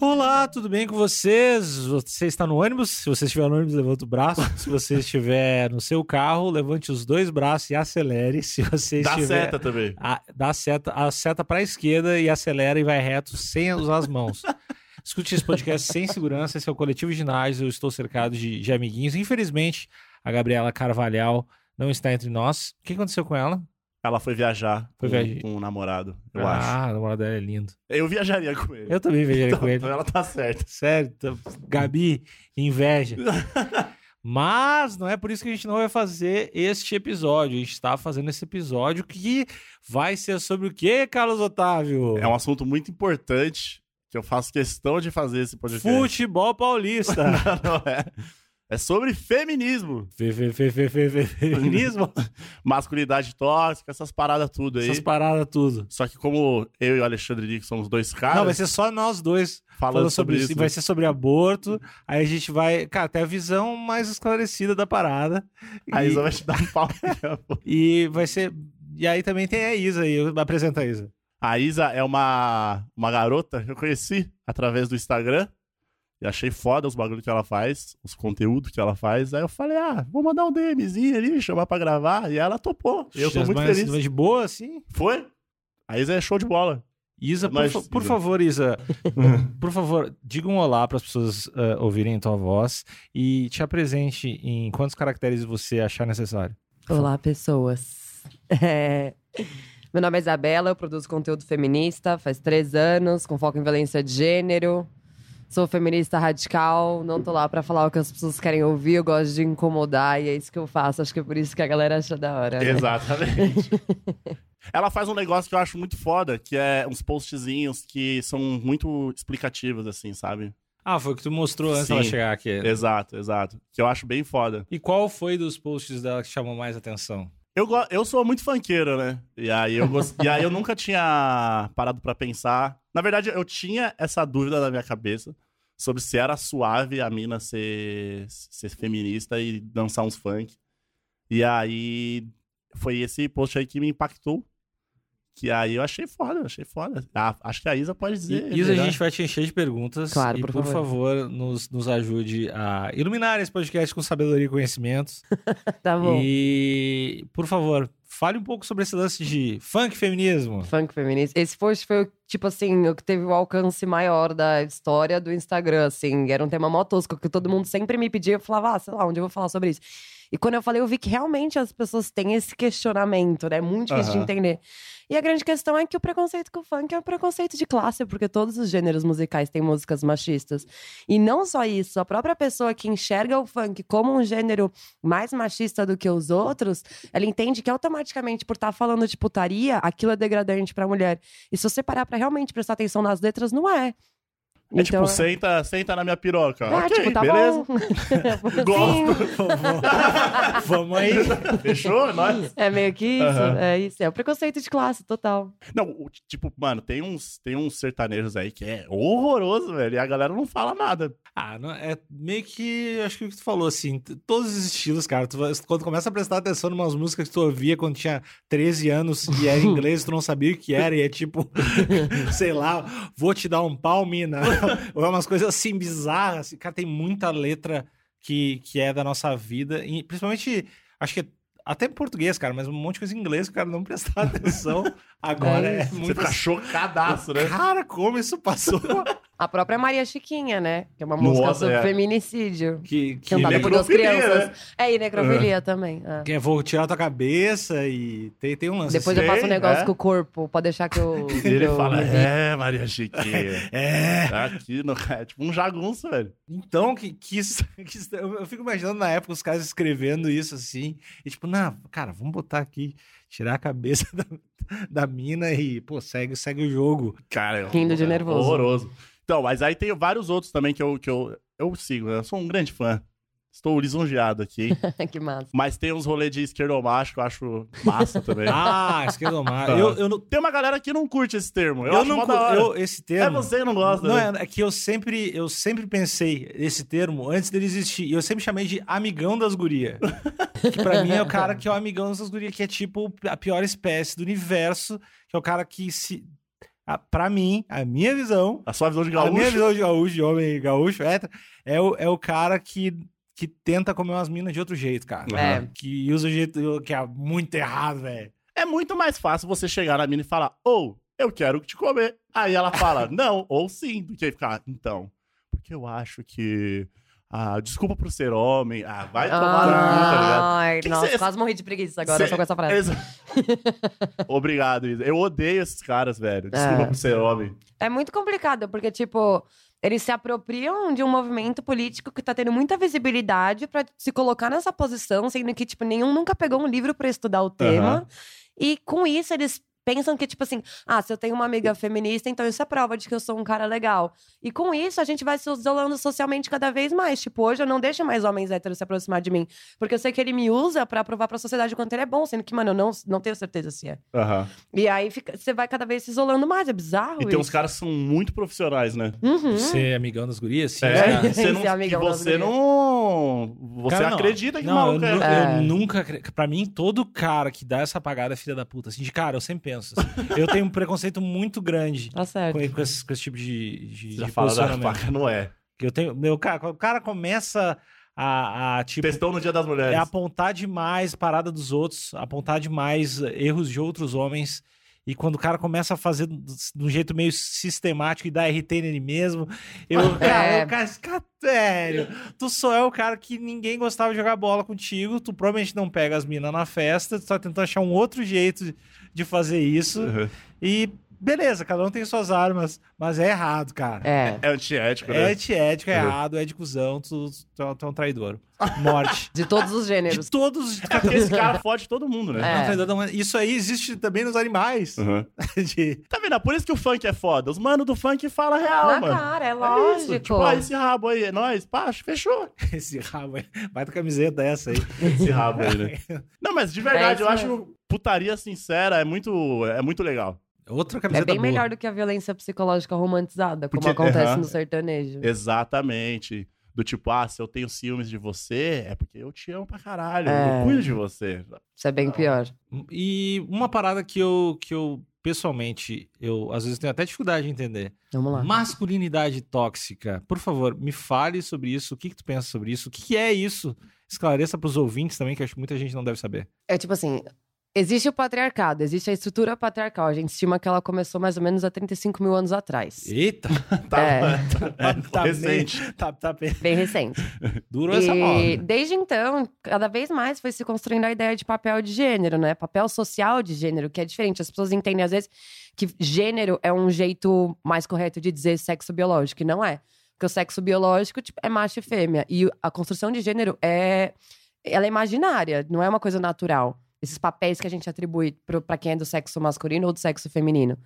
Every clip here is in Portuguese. Olá, tudo bem com vocês? Você está no ônibus? Se você estiver no ônibus, levanta o braço. Se você estiver no seu carro, levante os dois braços e acelere. Se você Dá estiver seta também. a- dá a seta, a seta para a esquerda e acelera e vai reto sem usar as mãos. Escute esse podcast sem segurança, esse é o Coletivo Ginásio, eu estou cercado de, de amiguinhos. Infelizmente, a Gabriela Carvalhal não está entre nós. O que aconteceu com ela? Ela foi viajar, Foi com, viajar. com um namorado, eu acho. ah, a namorada dela é lindo. Eu viajaria com ele. Eu também viajei Então, com ele. então ela tá certa. Sério, tô- Gabi, inveja. Mas não é por isso que a gente não vai fazer este episódio. A gente está fazendo esse episódio que vai ser sobre o quê, Carlos Otávio? É um assunto muito importante que eu faço questão de fazer esse podcast. Futebol paulista. Não é. É sobre feminismo, Fe- fe- fe- fe- fe- fe- Feminismo? masculinidade tóxica, essas paradas tudo aí. Essas paradas tudo. Só que como eu e o Alexandre Nick somos dois caras, Não, vai ser só nós dois falando, falando sobre, isso, né? Vai ser sobre aborto. Aí a gente vai. Cara, ter a visão mais esclarecida da parada. a e, Isa vai te dar um pau. e vai ser. E aí também tem a Isa aí. Eu- Apresenta a Isa. a Isa é uma, uma garota que eu conheci através do Instagram. E achei foda os bagulho que ela faz, os conteúdos que ela faz. Aí eu falei, ah, vou mandar um DMzinho ali, chamar pra gravar. E ela topou. E eu tô Mas- muito mas- feliz. mas de boa, assim? Foi? A Isa é show de bola. Isa, por, Mas, fa- por Isa. favor, Isa, por favor, diga um olá para as pessoas eh, ouvirem tua voz e te apresente em quantos caracteres você achar necessário. Olá, pessoas. É, Meu nome é Isabela, eu produzo conteúdo feminista faz três anos, com foco em violência de gênero. Sou feminista radical, não tô lá pra falar o que as pessoas querem ouvir, eu gosto de incomodar e é isso que eu faço. Acho que é por isso que a galera acha da hora. né? Exatamente. ela faz um negócio que eu acho muito foda, que é uns postzinhos que são muito explicativos, assim, sabe? Ah, foi o que tu mostrou antes Sim. É. dela chegar aqui. Exato, exato. Que eu acho bem foda. E qual foi dos posts dela que chamou mais atenção? Eu, go- eu sou muito funkeiro, né? E aí, eu gos- e aí eu nunca tinha parado pra pensar. Na verdade, eu tinha essa dúvida na minha cabeça sobre se era suave a mina ser, ser feminista e dançar uns funk. E aí foi esse post aí que me impactou. Que aí eu achei foda, eu achei foda. Ah, acho que a Isa pode E, dizer. Isa, a melhor. gente vai te encher de perguntas. Claro, e, por por favor, nos, nos ajude a iluminar esse podcast com sabedoria e conhecimentos. Tá bom. E, por favor, fale um pouco sobre esse lance de funk feminismo. Funk feminista. Esse post foi, o, tipo assim, o que teve o alcance maior da história do Instagram, assim. Era um tema mó tosco, que todo mundo sempre me pedia. Eu falava, ah, sei lá, onde eu vou falar sobre isso. E quando eu falei, eu vi que realmente as pessoas têm esse questionamento, né? É Muito difícil Aham. de entender. E a grande questão é que o preconceito com o funk é um preconceito de classe, porque todos os gêneros musicais têm músicas machistas. E não só isso, a própria pessoa que enxerga o funk como um gênero mais machista do que os outros, ela entende que automaticamente, por estar falando de putaria, aquilo é degradante pra mulher. E se você parar pra realmente prestar atenção nas letras, não é. Então, É tipo, senta, senta na minha piroca. é, Ok, tipo, tá beleza. bom. Assim, Gosto. Vamos aí. Fechou? É nóis. É meio que isso, Aham. é isso. É o preconceito de classe total. Não, o- tipo, mano, tem uns, tem uns sertanejos aí que é horroroso, velho. E a galera não fala nada. Ah, não, é meio que. Acho que o que tu falou, assim, t- todos os estilos, cara. Tu, vai- quando começa a prestar atenção em umas músicas que tu ouvia quando tinha 13 anos e era em inglês, tu não sabia o que era, e é tipo, sei lá, vou te dar um pau, mina. Ou é umas coisas assim bizarras. assim. Cara, tem muita letra que, que é da nossa vida, e principalmente, acho que. Até em português, cara, mas um monte de coisa em inglês que o cara não prestar atenção agora É é, isso. Você muito. fica chocadaço, né? Cara, como isso passou? A própria Maria Chiquinha, né? Que é uma Nossa, música sobre é. feminicídio. tá que, que Cantada por duas necrofilia, né? crianças. É, e necrofilia também. é. Quem é, vou tirar tua cabeça e tem, tem um lance. Depois assim. eu faço um Sei, negócio é. com o corpo, pode deixar que eu. E ele eu fala, me vi. é, Maria Chiquinha. né? É. Tá aqui, no... é tipo um jagunço, velho. Então, que, que, isso- que isso- eu eu fico imaginando na época os caras escrevendo isso assim. E tipo, não, cara, vamos botar aqui, tirar a cabeça da, da mina e, pô, segue, segue o jogo. Cara, é Rindo de horror- nervoso. Horroroso. Então, mas aí tem vários outros também que eu, que eu, eu sigo, né? Eu sou um grande fã. Estou lisonjeado aqui. que massa. Mas tem uns rolês de esquerdomacho que eu acho massa também. Ah, esquerdomar. Tá. eu, eu não. Tem uma galera que não curte esse termo. Eu, Eu, acho não. mó cu- da hora. Eu, esse termo. É você que não gosta. Não, né? é, é que eu sempre, eu sempre pensei esse termo antes dele existir. E eu sempre chamei de amigão das gurias. que pra mim é o cara que é o amigão das gurias, que é tipo a pior espécie do universo, que é o cara que se. a- Pra mim, a minha visão. A sua visão de A minha gaúcho. visão de gaúcho, de homem gaúcho, é, é, o, é o cara que, que tenta comer umas minas de outro jeito, cara. É. Que usa o jeito que é muito errado, velho. É muito mais fácil você chegar na mina e falar, ou eu quero te comer. Aí ela fala, não, ou sim, do que ficar, então, porque eu acho que. Ah, desculpa por ser homem. Ah, vai tomar no cu, tá ligado? Ah, Ai, Que que nossa, cê- quase morri de preguiça agora Cê- só com essa frase. Exa- Obrigado, Isa. Eu odeio esses caras, velho. Desculpa É. por ser homem. É muito complicado, porque, tipo, eles se apropriam de um movimento político que tá tendo muita visibilidade pra se colocar nessa posição, sendo que, tipo, nenhum nunca pegou um livro pra estudar o tema. E com isso, eles pensam que, tipo assim, ah, se eu tenho uma amiga feminista, então isso é prova de que eu sou um cara legal. E com isso, a gente vai se isolando socialmente cada vez mais. Tipo, hoje eu não deixo mais homens héteros se aproximar de mim, porque eu sei que ele me usa pra provar pra sociedade o quanto ele é bom, sendo que, mano, eu não, não tenho certeza se é. Aham. E aí fica- você vai cada vez se isolando mais, é bizarro E tem isso. uns caras que são muito profissionais, né? Uhum. Ser amigão das gurias, sim. É, cara. você não. Esse Que amigão das você gurias. não. Você Cara, não. acredita que o não, maluco eu, nu- é. É. eu nunca. acre- Pra mim, todo cara que dá essa apagada é filha da puta. Assim, de cara, eu sempre penso. assim. eu tenho um preconceito muito grande Tá certo. com, com esse, com esse tipo de, de, Já de fala da posicionamento. faca, não é. Que Eu tenho, meu, cara, quando o cara começa a, a, tipo, Testou no Dia das Mulheres. é apontar demais parada dos outros, apontar demais eh, erros de outros homens. E quando o cara começa a fazer do- de um jeito meio sistemático e dar RT nele mesmo, eu, cara, É. eu, cara, cara, sério, tu só é o cara que ninguém gostava de jogar bola contigo, tu provavelmente não pega as minas na festa, tu tá tentando achar um outro jeito de- de fazer isso. Uhum. E beleza, cada um tem suas armas, mas é errado, cara. É. É antiético, né? É antiético, é Uhum. errado, é de cuzão, tu, tu, tu é um traidor. Morte. De todos os De gêneros. todos. É porque esse cara fode todo mundo, né? É. É um traidor da humanidade. Isso aí existe também nos animais. Uhum. De- Tá vendo? É Por isso que o funk é foda. Os mano do funk fala real, Na mano. cara, é É lógico. isso. Tipo, ah, esse rabo aí é nóis. Pacho, fechou. Esse rabo aí. Vai da camiseta essa aí. Esse rabo aí, né? Não, mas de verdade, É eu isso acho putaria sincera é muito, é muito legal. Outra é camiseta bem melhor boa. do que a violência psicológica romantizada, como Porque- acontece Aham. no sertanejo. Exatamente. Do tipo, ah, se eu tenho ciúmes de você, é porque eu te amo pra caralho. É. Eu cuido de você. Isso é bem pior. E uma parada que eu, que eu pessoalmente, eu às vezes tenho até dificuldade de entender. Vamos lá. Masculinidade tóxica. Por favor, me fale sobre isso. O que, que tu pensa sobre isso? O que, que é isso? Esclareça pros ouvintes também, que acho que muita gente não deve saber. É tipo assim, existe o patriarcado, existe a estrutura patriarcal. A gente estima que ela começou mais ou menos há 35 mil anos atrás. Eita! Tá, É. tá, tá, Tá bem. recente. tá, tá, Bem recente. durou essa E moda. desde então, cada vez mais foi se construindo a ideia de papel de gênero, né? Papel social de gênero, que é diferente. As pessoas entendem, às vezes, que gênero é um jeito mais correto de dizer sexo biológico, e não é. Porque o sexo biológico tipo, é macho e fêmea. E a construção de gênero é. Ela é imaginária, não é uma coisa natural. Esses papéis que a gente atribui pro- pra quem é do sexo masculino ou do sexo feminino.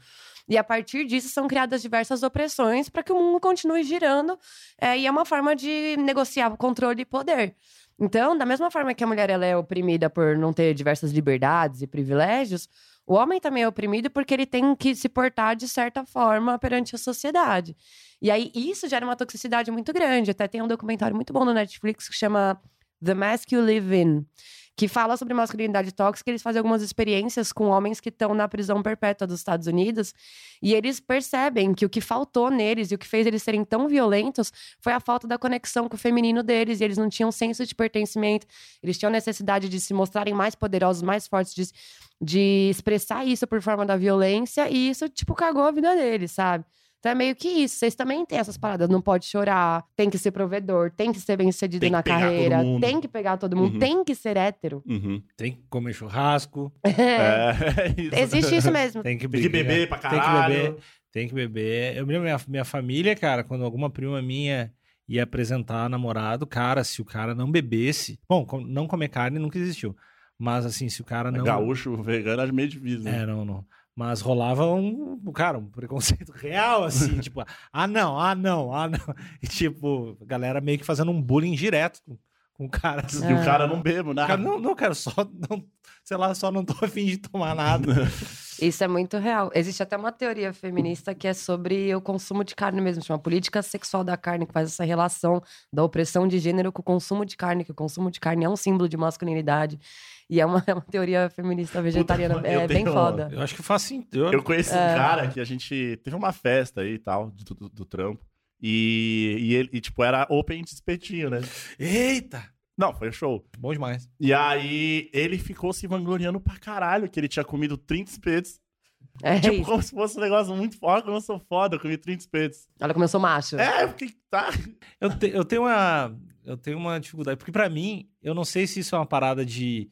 E a partir disso são criadas diversas opressões para que o mundo continue girando é, e é uma forma de negociar o controle e poder. Então, da mesma forma que a mulher ela é oprimida por não ter diversas liberdades e privilégios, o homem também é oprimido porque ele tem que se portar de certa forma perante a sociedade. E aí isso gera uma toxicidade muito grande. Até tem um documentário muito bom no Netflix que chama The Mask You Live In, que fala sobre masculinidade tóxica. Eles fazem algumas experiências com homens que estão na prisão perpétua dos Estados Unidos e eles percebem que o que faltou neles e o que fez eles serem tão violentos foi a falta da conexão com o feminino deles. E eles não tinham senso de pertencimento, eles tinham necessidade de se mostrarem mais poderosos, mais fortes, de, de expressar isso por forma da violência. E isso, tipo, cagou a vida deles, sabe? Então é meio que isso. Vocês também têm essas paradas. Não pode chorar, tem que ser provedor, tem que ser bem sucedido Tem que na pegar todo carreira, mundo. tem que pegar todo mundo, Uhum. tem que ser hétero. Uhum. Tem que comer churrasco, É. é isso. Existe isso mesmo. tem que Tem que beber pra caralho. beber. Tem que beber. Eu me lembro, minha, minha família, cara, quando alguma prima minha ia apresentar namorado, cara, se o cara não bebesse. Bom, com- não comer carne nunca existiu. Mas assim, se o cara não. É Gaúcho, vegano, é meio difícil, né? É, não, não. Mas rolava um, cara, um preconceito real, assim, tipo, ah, não, ah, não, ah, não. E tipo, a galera meio que fazendo um bullying direto com com caras. E É. o cara não bebo, né? Cara, "Ah, não, não, cara, só não, sei lá, só não tô afim de tomar nada. Isso é muito real. Existe até uma teoria feminista que é sobre o consumo de carne mesmo, chama política sexual da carne, que faz essa relação da opressão de gênero com o consumo de carne, que o consumo de carne é um símbolo de masculinidade. E é uma, é uma teoria feminista vegetariana. eu é bem tenho- foda. Eu acho que faz sentido. Eu conheci um cara que a gente teve uma festa aí e tal, do, do- do trampo. E, e ele, e, tipo, era open de espetinho, né? Eita! Não, foi um show. Bom demais. E aí ele ficou se vangloriando pra caralho que ele tinha comido 30 espetos. É tipo, isso. como se fosse um negócio muito foda. Como eu sou foda, eu comi 30 espetos. Olha como eu sou macho. É, eu fiquei. Tá. Eu, te- eu tenho uma eu tenho uma dificuldade, porque pra mim, eu não sei se isso é uma parada de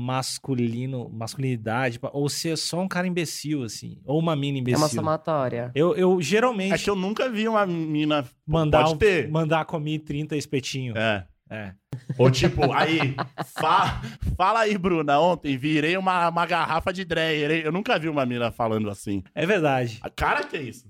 masculino, masculinidade, ou se é só um cara imbecil assim, ou uma mina É uma imbecil. somatória. Eu, eu geralmente É que eu nunca vi uma mina. mandar pode um- ter. mandar comer 30 espetinho. É. É. Ou tipo, aí, fa- fala aí, Bruna, ontem virei uma, uma garrafa de Dreyer. hein? Eu nunca vi uma mina falando assim. É verdade. A Cara, que é isso?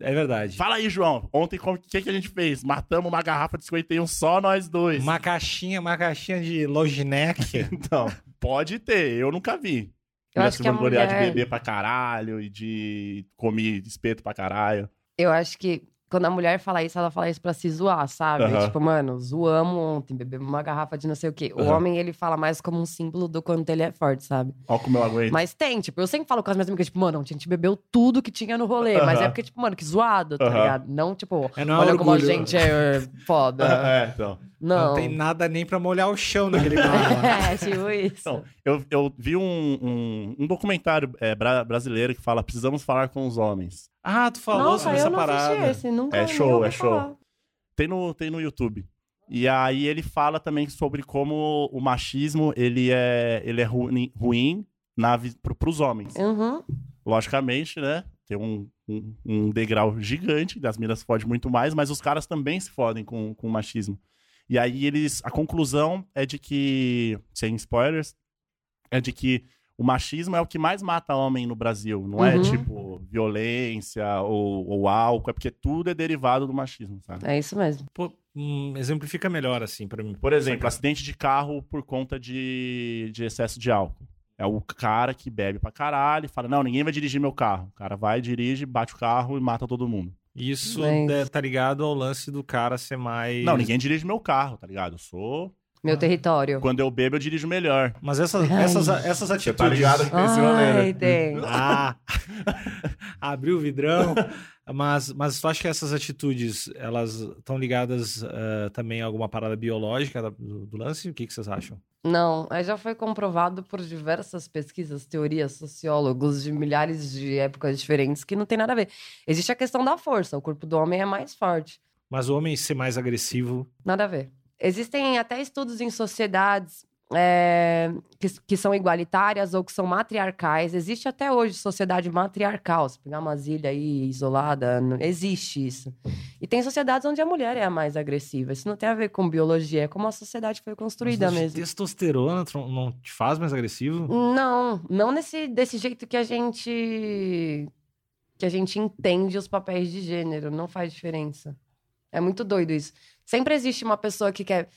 É verdade. Fala aí, João. Ontem, o que, que a gente fez? Matamos uma garrafa de 51 só nós dois. Uma caixinha, uma caixinha de Loginec. Então, pode ter. Eu nunca vi. Eu Mina acho se que a vangloriar é de mulher- beber pra caralho e de comer espeto pra caralho. Eu acho que quando a mulher fala isso, ela fala isso pra se zoar, sabe? Aham. Tipo, mano, zoamos ontem, bebemos uma garrafa de não sei o quê. O Aham. homem, ele fala mais como um símbolo do quanto ele é forte, sabe? Ó como eu aguento. Mas tem, tipo, eu sempre falo com as minhas amigas, tipo, mano, ontem a gente bebeu tudo que tinha no rolê. Mas Aham. é porque, tipo, mano, que zoado, tá Aham. ligado? Não, tipo, É, não é olha como a orgulho. gente é foda. É, então. Não. não. tem nada nem pra molhar o chão daquele cara. é, tipo isso. Então, eu, eu vi um, um, um documentário é, bra- brasileiro que fala precisamos falar com os homens. ah, tu falou Nossa, sobre eu essa não assisti parada. esse, nunca É nem show, ouvi é show. falar. Tem no, tem no YouTube. E aí ele fala também sobre como o machismo ele é, ele é ruim, ruim na, vi- pro, pros homens. Uhum. Logicamente, né? Tem um, um, um degrau gigante, das minas fodem muito mais, mas os caras também se fodem com, com o machismo. E aí eles. A conclusão é de que. Sem spoilers, é de que o machismo é o que mais mata homem no Brasil. Não é Uhum. tipo violência ou, ou álcool, é porque tudo é derivado do machismo, sabe? É isso mesmo. Pô, hum, exemplifica melhor assim pra mim. Por exemplo, acidente de carro por conta de, de excesso de álcool. É o cara que bebe pra caralho e fala: Não, ninguém vai dirigir meu carro. O cara vai, dirige, bate o carro e mata todo mundo. Isso Mas- deve tá ligado ao lance do cara ser mais. Não, ninguém dirige meu carro, tá ligado? Eu sou. Meu território. Quando eu bebo, eu dirijo melhor. Mas essas, Ai. essas, essas atitudes. né? Ai, tem. Ah! Abriu o vidrão. Mas, mas tu acha que essas atitudes, elas estão ligadas eh, também a alguma parada biológica da- do, do lance? O que, que vocês acham? Não, aí já foi comprovado por diversas pesquisas, teorias, sociólogos de milhares de épocas diferentes que não tem nada a ver. Existe a questão da força, o corpo do homem é mais forte. Mas o homem ser mais agressivo. Nada a ver. Existem até estudos em sociedades é, que, que são igualitárias ou que são matriarcais. Existe até hoje sociedade matriarcal. Se pegar umas ilhas aí isolada, não- existe isso. E tem sociedades onde a mulher é a mais agressiva. Isso não tem a ver com biologia, é como a sociedade foi construída Mas mesmo. Testosterona tron- não te faz mais agressivo? Não, não nesse, desse jeito que a gente que a gente entende os papéis de gênero, não faz diferença. É muito doido isso. Sempre existe uma pessoa que quer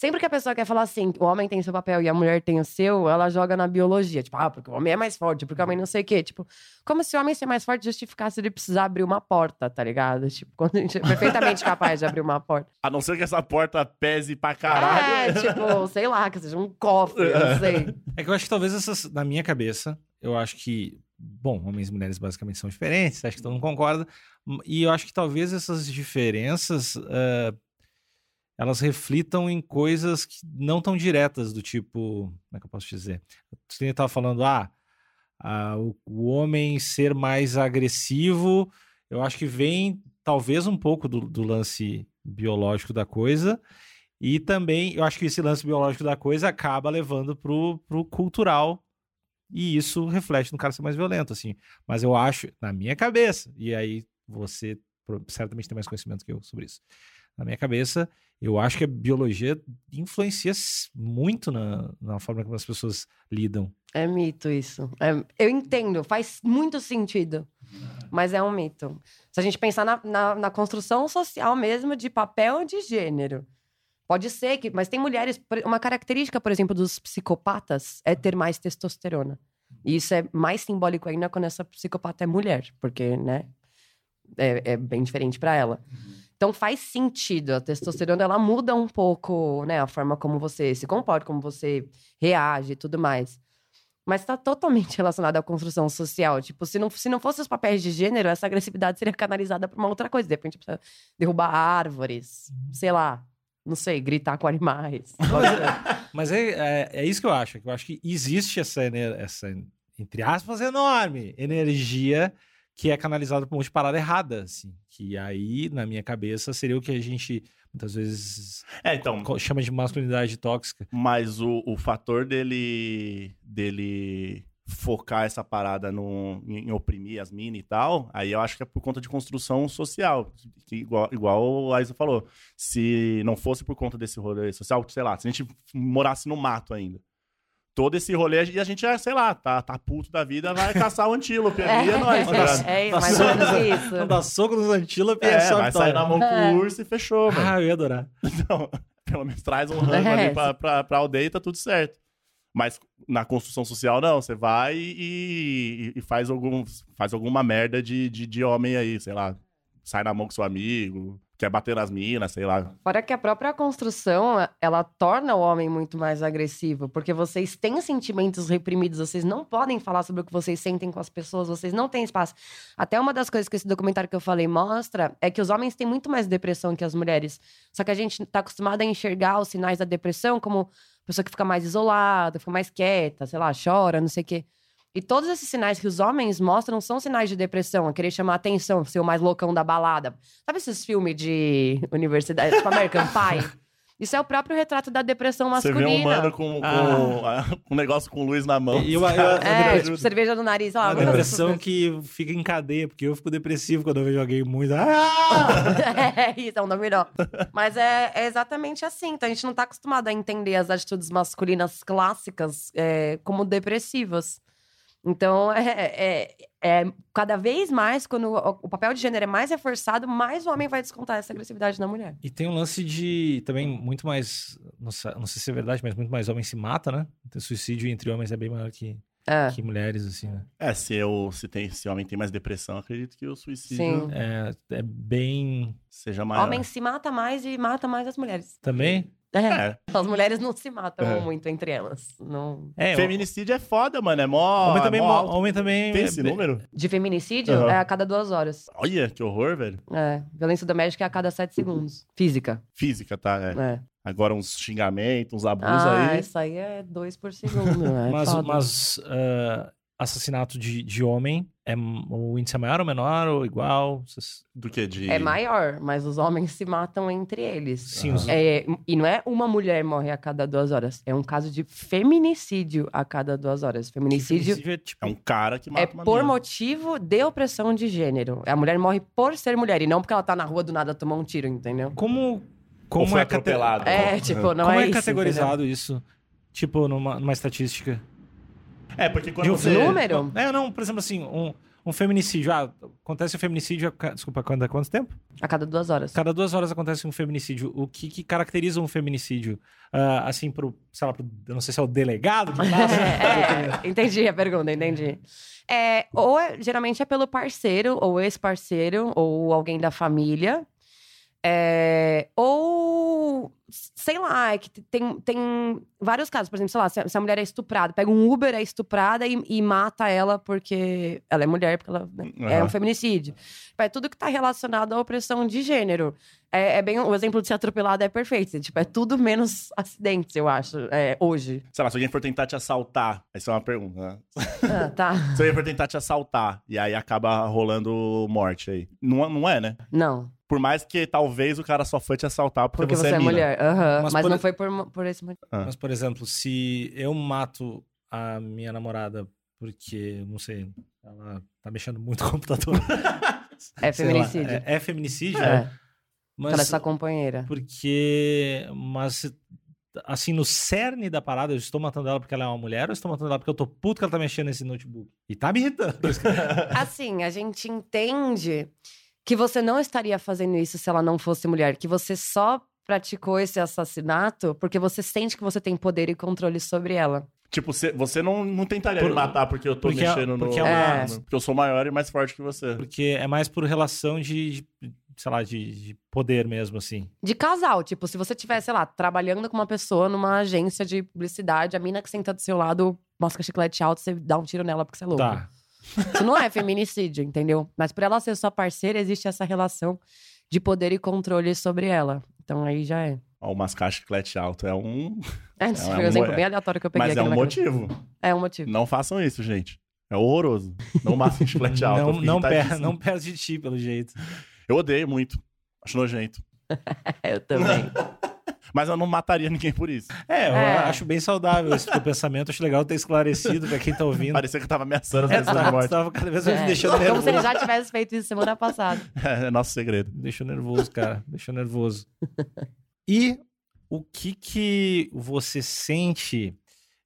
Sempre que a pessoa quer falar assim, o homem tem seu papel e a mulher tem o seu, ela joga na biologia. Tipo, ah, porque o homem é mais forte, porque o homem não sei o quê. Tipo, como se o homem ser mais forte justificasse ele precisar abrir uma porta, tá ligado? Tipo, quando a gente é perfeitamente capaz de abrir uma porta. A não ser que essa porta pese pra caralho. É, tipo, sei lá, que seja um cofre, eu não sei. É que eu acho que talvez essas, na minha cabeça, eu acho que, bom, homens e mulheres basicamente são diferentes, acho que todo mundo concorda, m- e eu acho que talvez essas diferenças, eh, elas reflitam em coisas que não tão diretas, do tipo, como é que eu posso dizer? Você estava falando, ah, ah, o, o homem ser mais agressivo, eu acho que vem talvez um pouco do, do lance biológico da coisa, e também eu acho que esse lance biológico da coisa acaba levando pro, pro cultural, e isso reflete no cara ser mais violento, assim. Mas eu acho, na minha cabeça, e aí você pro- certamente tem mais conhecimento que eu sobre isso. Na minha cabeça, eu acho que a biologia influencia s- muito na, na forma como as pessoas lidam. É mito isso. É- eu entendo, faz muito sentido. Mas é um mito. Se a gente pensar na, na- na construção social mesmo de papel de gênero. Pode ser que. Mas tem mulheres. por- Uma característica, por exemplo, dos psicopatas é ter mais testosterona. E isso é mais simbólico ainda quando essa psicopata é mulher, porque, né? É, é bem diferente pra ela. Então faz sentido. A testosterona ela muda um pouco, né? A forma como você se comporta, como você reage e tudo mais. Mas tá totalmente relacionado à construção social. Tipo, se não, se não fosse os papéis de gênero, essa agressividade seria canalizada pra uma outra coisa. De repente, precisa derrubar árvores, sei lá. Não sei, gritar com animais. Mas é, é, é isso que eu acho. que Eu acho que existe essa, ener- essa, entre aspas, enorme energia que é canalizada por um monte de parada errada, assim. Que aí, na minha cabeça, seria o que a gente muitas vezes É, então, co- chama de masculinidade tóxica. mas o, o fator dele, dele focar essa parada no, em oprimir as minas e tal, aí eu acho que é por conta de construção social. Que igual, igual a Isa falou, se não fosse por conta desse rolê social, sei lá, se a gente morasse no mato ainda. Todo esse rolê, e a gente, é, sei lá, tá, tá puto da vida, vai caçar o antílope. ali, é nóis, tá ligado? é, mais ou menos isso. Não dá soco nos antílopes e é, É, só vai vitória. sair na mão É. com o urso e fechou, mano. Ah, eu ia adorar. Então, pelo menos traz um rango É. ali pra, pra, pra aldeia e tá tudo certo. Mas na construção social, não. Você vai e, e- e faz, algum, faz alguma merda de, de, de homem aí, sei lá. Sai na mão com seu amigo, quer bater nas minas, sei lá. Fora que a própria construção, ela torna o homem muito mais agressivo, porque vocês têm sentimentos reprimidos, vocês não podem falar sobre o que vocês sentem com as pessoas, vocês não têm espaço. Até uma das coisas que esse documentário que eu falei mostra é que os homens têm muito mais depressão que as mulheres. Só que a gente tá acostumado a enxergar os sinais da depressão como pessoa que fica mais isolada, fica mais quieta, sei lá, chora, não sei o quê. E todos esses sinais que os homens mostram são sinais de depressão, a querer chamar atenção, ser o mais loucão da balada. Sabe esses filmes de universidade, tipo American Pie? Isso é o próprio retrato da depressão Você masculina. vê um mano com, com um negócio com luz na mão. Ah. E eu- eu- É, tipo, cerveja no nariz, sei lá. a muitas depressão dessas que fica em cadeia, porque eu fico depressivo quando eu vejo alguém muito. Ah! é isso, é um dominó. Mas é, é exatamente assim. Então a gente não tá acostumado a entender as atitudes masculinas clássicas é, como depressivas. Então, é, é- é cada vez mais, quando o, o papel de gênero é mais reforçado, mais o homem vai descontar essa agressividade na mulher. E tem um lance de também muito mais. Não sa- não sei se é verdade, mas muito mais homens se mata, né? Então, suicídio entre homens é bem maior que, É. que mulheres, assim, né? É, se, eu, se, tem, se homem tem mais depressão, acredito que o suicídio Sim. É, é bem. seja maior. Homem se mata mais e mata mais as mulheres. Também? É, É. As mulheres não se matam É. muito entre elas. Não... É, Feminicídio é foda, mano. É mó. Homem é também. mó alto. homem também Tem é esse bem- número? De feminicídio Aham. é a cada duas horas. Olha, que horror, velho. É. Violência doméstica é a cada sete segundos. Uhum. Física. Física, tá? É. É. Agora uns xingamentos, uns abusos Ah, aí. isso aí é dois por segundo. É mas foda. mas ah, assassinato de, de homem, é, m- o índice é maior ou menor ou igual? Vocês- Do que de. É maior, mas os homens se matam entre eles. Ah. Sim, os- É, e não é uma mulher morre a cada duas horas. É um caso de feminicídio a cada duas horas. Feminicídio, feminicídio é tipo. É um cara que mata é uma por mina. motivo de opressão de gênero. A mulher morre por ser mulher e não porque ela tá na rua do nada tomar um tiro, entendeu? Como. Ou Como foi é cate- atropelado. É, tipo, não Como é, é, isso, categorizado isso? Tipo, numa, numa estatística. É, porque quando De um entendeu? você. Número? É, não, por exemplo, assim, um, um feminicídio. Ah, acontece o feminicídio. a ca- Desculpa, quando, há quanto tempo? A cada duas horas. Cada duas horas acontece um feminicídio. O que, que caracteriza um feminicídio? Ah, assim, pro, sei lá, pro, eu não sei se é o delegado de lá, É, é, entendi a pergunta, entendi. É, ou é- geralmente é pelo parceiro, ou ex-parceiro, ou alguém da família. É, ou, sei lá, é que tem, tem vários casos. Por exemplo, sei lá, se a, se a mulher é estuprada, pega um Uber, é estuprada e, e mata ela porque ela é mulher, porque ela né, é um Aham. feminicídio. Tipo, É tudo que tá relacionado à opressão de gênero. É, é bem, o exemplo de ser atropelada é perfeito. Tipo, é tudo menos acidentes, eu acho, é, hoje. Sei lá, se alguém for tentar te assaltar. Essa é uma pergunta, né? Ah, tá. Se alguém for tentar te assaltar e aí acaba rolando morte aí. Não, é- não é, né? Então Não, Por mais que talvez o cara só foi te assaltar porque, porque você, é mina. mulher. Aham, Mas Mas, por- não foi por, mo- por esse motivo. Mas, por exemplo, se eu mato a minha namorada porque, não sei, ela tá mexendo muito no computador. É sei lá, feminicídio. é, é feminicídio, É, né? ela é Mas sua companheira. porque. Mas assim, no cerne da parada, eu estou matando ela porque ela é uma mulher ou eu estou matando ela porque eu tô puto que ela tá mexendo nesse notebook? E tá me irritando. Assim, a gente entende que você não estaria fazendo isso se ela não fosse mulher, que você só praticou esse assassinato porque você sente que você tem poder e controle sobre ela. Tipo, cê- você não, não tentaria me matar porque eu tô porque é- mexendo no... porque é uma- no- Porque eu sou maior e mais forte que você. Porque é mais por relação de, de- sei lá, de, de poder mesmo, assim. De casal, tipo, se você tiver, sei lá, trabalhando com uma pessoa numa agência de publicidade, a mina que senta do seu lado mosca chiclete alto, você dá um tiro nela porque você é louco. Tá. Isso não é feminicídio, entendeu? Mas por ela ser sua parceira, existe essa relação de poder e controle sobre ela. Então aí já é. Ó, o mascar chiclete alto é um... É, esse É, é foi um um exemplo mo- bem aleatório que eu peguei Mas aqui é na um minha motivo. cabeça. É um motivo. Não façam isso, gente. É horroroso. Não masquem chiclete alto. eu Não, fico não, per, irritadíssimo. não perde de ti, pelo jeito. Eu odeio muito. Acho nojento. É, eu também. Mas eu não mataria ninguém por isso. É, eu É. acho bem saudável esse teu pensamento. Acho legal ter esclarecido pra quem tá ouvindo. Parecia que eu tava ameaçando as É, pessoas de tava, morte. tava cada vez mais É. me deixando Como se ele nervoso. já tivesse feito isso semana passada. É nosso segredo. Deixou nervoso, cara. Deixou nervoso. E o que que você sente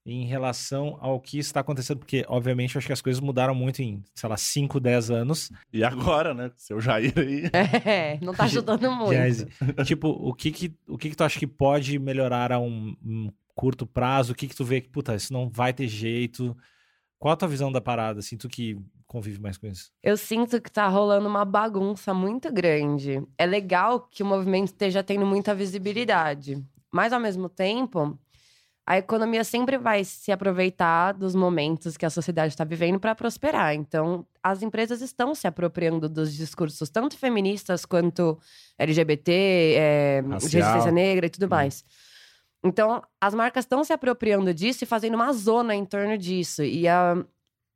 em relação ao que está acontecendo? Porque, obviamente, eu acho que as coisas mudaram muito em, sei lá, 5, 10 anos. E agora, né? Seu Jair aí. É, não tá ajudando muito. Jazzy. tipo, o que que, o que que tu acha que pode melhorar a um, um curto prazo? O que que tu vê que, puta, isso não vai ter jeito? Qual a tua visão da parada, assim, tu que convive mais com isso? Eu sinto que tá rolando uma bagunça muito grande. É legal que o movimento esteja tendo muita visibilidade, mas ao mesmo tempo, a economia sempre vai se aproveitar dos momentos que a sociedade está vivendo para prosperar. Então, as empresas estão se apropriando dos discursos tanto feministas quanto LGBT, é, de Racial. resistência negra e tudo mais. Então, as marcas estão se apropriando disso e fazendo uma zona em torno disso. E a,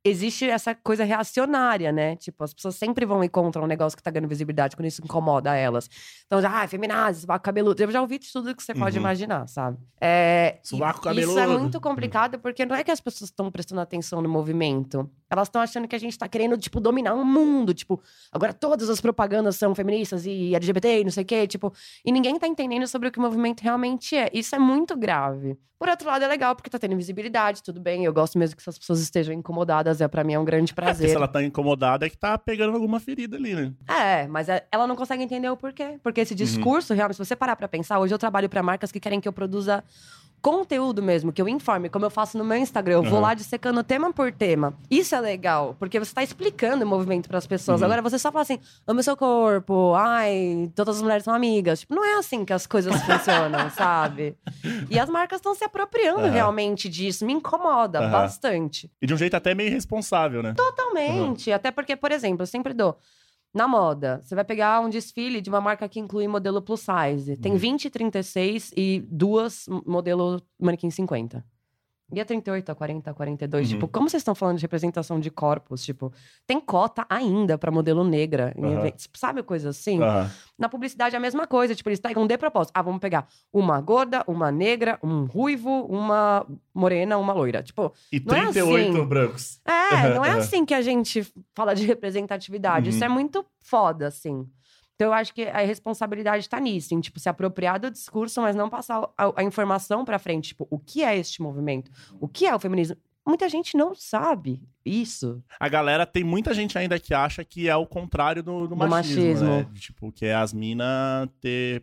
existe essa coisa reacionária, né? Tipo, as pessoas sempre vão e contra um negócio que tá ganhando visibilidade quando isso incomoda elas. Então, já, ah, feminazes, vaca cabeludo. Eu já ouvi de tudo que você pode Uhum. imaginar, sabe? É, Sovaco e isso é cabeludo. muito complicado porque não é que as pessoas estão prestando atenção no movimento. Elas estão achando que a gente tá querendo, tipo, dominar o mundo. Tipo, agora todas as propagandas são feministas e LGBT e não sei o quê. Tipo, e ninguém tá entendendo sobre o que o movimento realmente é. Isso é muito grave. Por outro lado, é legal porque tá tendo visibilidade, tudo bem. Eu gosto mesmo que essas pessoas estejam incomodadas. É, pra mim é um grande É, porque se prazer. ela tá incomodada, é que tá pegando alguma ferida ali, né? É, mas é- ela não consegue entender o porquê. Porque Uhum. esse discurso, realmente, se você parar pra pensar, hoje eu trabalho pra marcas que querem que eu produza conteúdo mesmo, que eu informe, como eu faço no meu Instagram. Eu vou Uhum. lá dissecando tema por tema. Isso é legal, porque você tá explicando o movimento pras pessoas. Uhum. Agora você só fala assim, amo seu corpo, ai, todas as mulheres são amigas. Tipo, não é assim que as coisas funcionam, sabe? E as marcas estão se apropriando Aham. realmente disso. Me incomoda Aham. bastante. E de um jeito até meio irresponsável, né? Então, Totalmente. Até porque, por exemplo, eu sempre dou. Na moda, você vai pegar um desfile de uma marca que inclui modelo plus size. Uhum. Tem 20, 36 e duas m- modelo manequim 50. E a 38, a 40, a 42. Uhum. Tipo, como vocês estão falando de representação de corpos? Tipo, tem cota ainda pra modelo negra em Aham. eventos. Sabe coisa assim? Aham. Na publicidade é a mesma coisa. Tipo, eles pegam de propósito. Ah, vamos pegar uma gorda, uma negra, um ruivo, uma morena, uma loira. Tipo, E Não é 38 assim. brancos. é, não é Aham. assim que a gente fala de representatividade. Uhum. Isso é muito foda, assim. Então eu acho que a responsabilidade tá nisso, em tipo, se apropriar do discurso, mas não passar a, a informação pra frente. Tipo, o que é este movimento? O que é o feminismo? Muita gente não sabe isso. A galera tem muita gente ainda que acha que é o contrário do, do Do machismo. machismo. Né? De, Tipo, que é as minas ter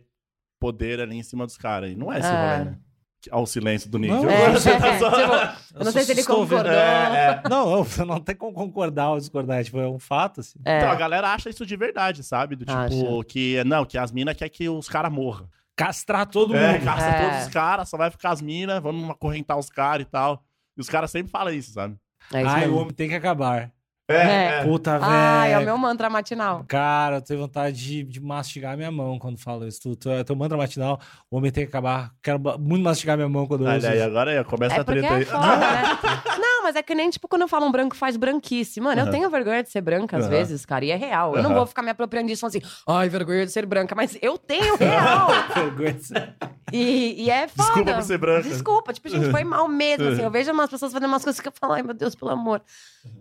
poder ali em cima dos caras. E não é esse É. rolê, né? Que- Ao silêncio do Nick. Não, É, você tá só- tipo, eu não sei só se ele estou vendo- concordou. É, é. Não, não, você não tem como concordar ou discordar. é, Tipo, é um fato, assim. É. Então, a galera acha isso de verdade, sabe? Do tipo, Acha. que não, que as minas quer que os caras morram. Castrar todo É, mundo. caça É. todos os caras, só vai ficar as minas, vamos acorrentar os caras e tal. E os caras sempre falam isso, sabe? É isso Ai, o mesmo. homem tem que acabar. É. Puta, velho. Ai, é o meu mantra matinal. Cara, eu tenho vontade de, de mastigar a minha mão quando falo isso. Tu, tu, é teu mantra matinal, o homem tem que acabar. Quero ba- muito mastigar minha mão quando eu uso Olha aí, isso. agora aí, começa É a porque treta é aí. foda, né? Não, mas é que nem, tipo, quando falam branco, faz branquice. Mano, eu Aham. tenho vergonha de ser branca às Aham. vezes, cara, e é real. Eu não Aham. vou ficar me apropriando disso assim, ai, vergonha de ser branca, mas eu tenho real. Vergonha de ser- e, e é foda. Desculpa por ser branca. Desculpa, tipo, gente, foi mal mesmo, assim. Eu vejo umas pessoas fazendo umas coisas que eu falo, ai, meu Deus, pelo amor.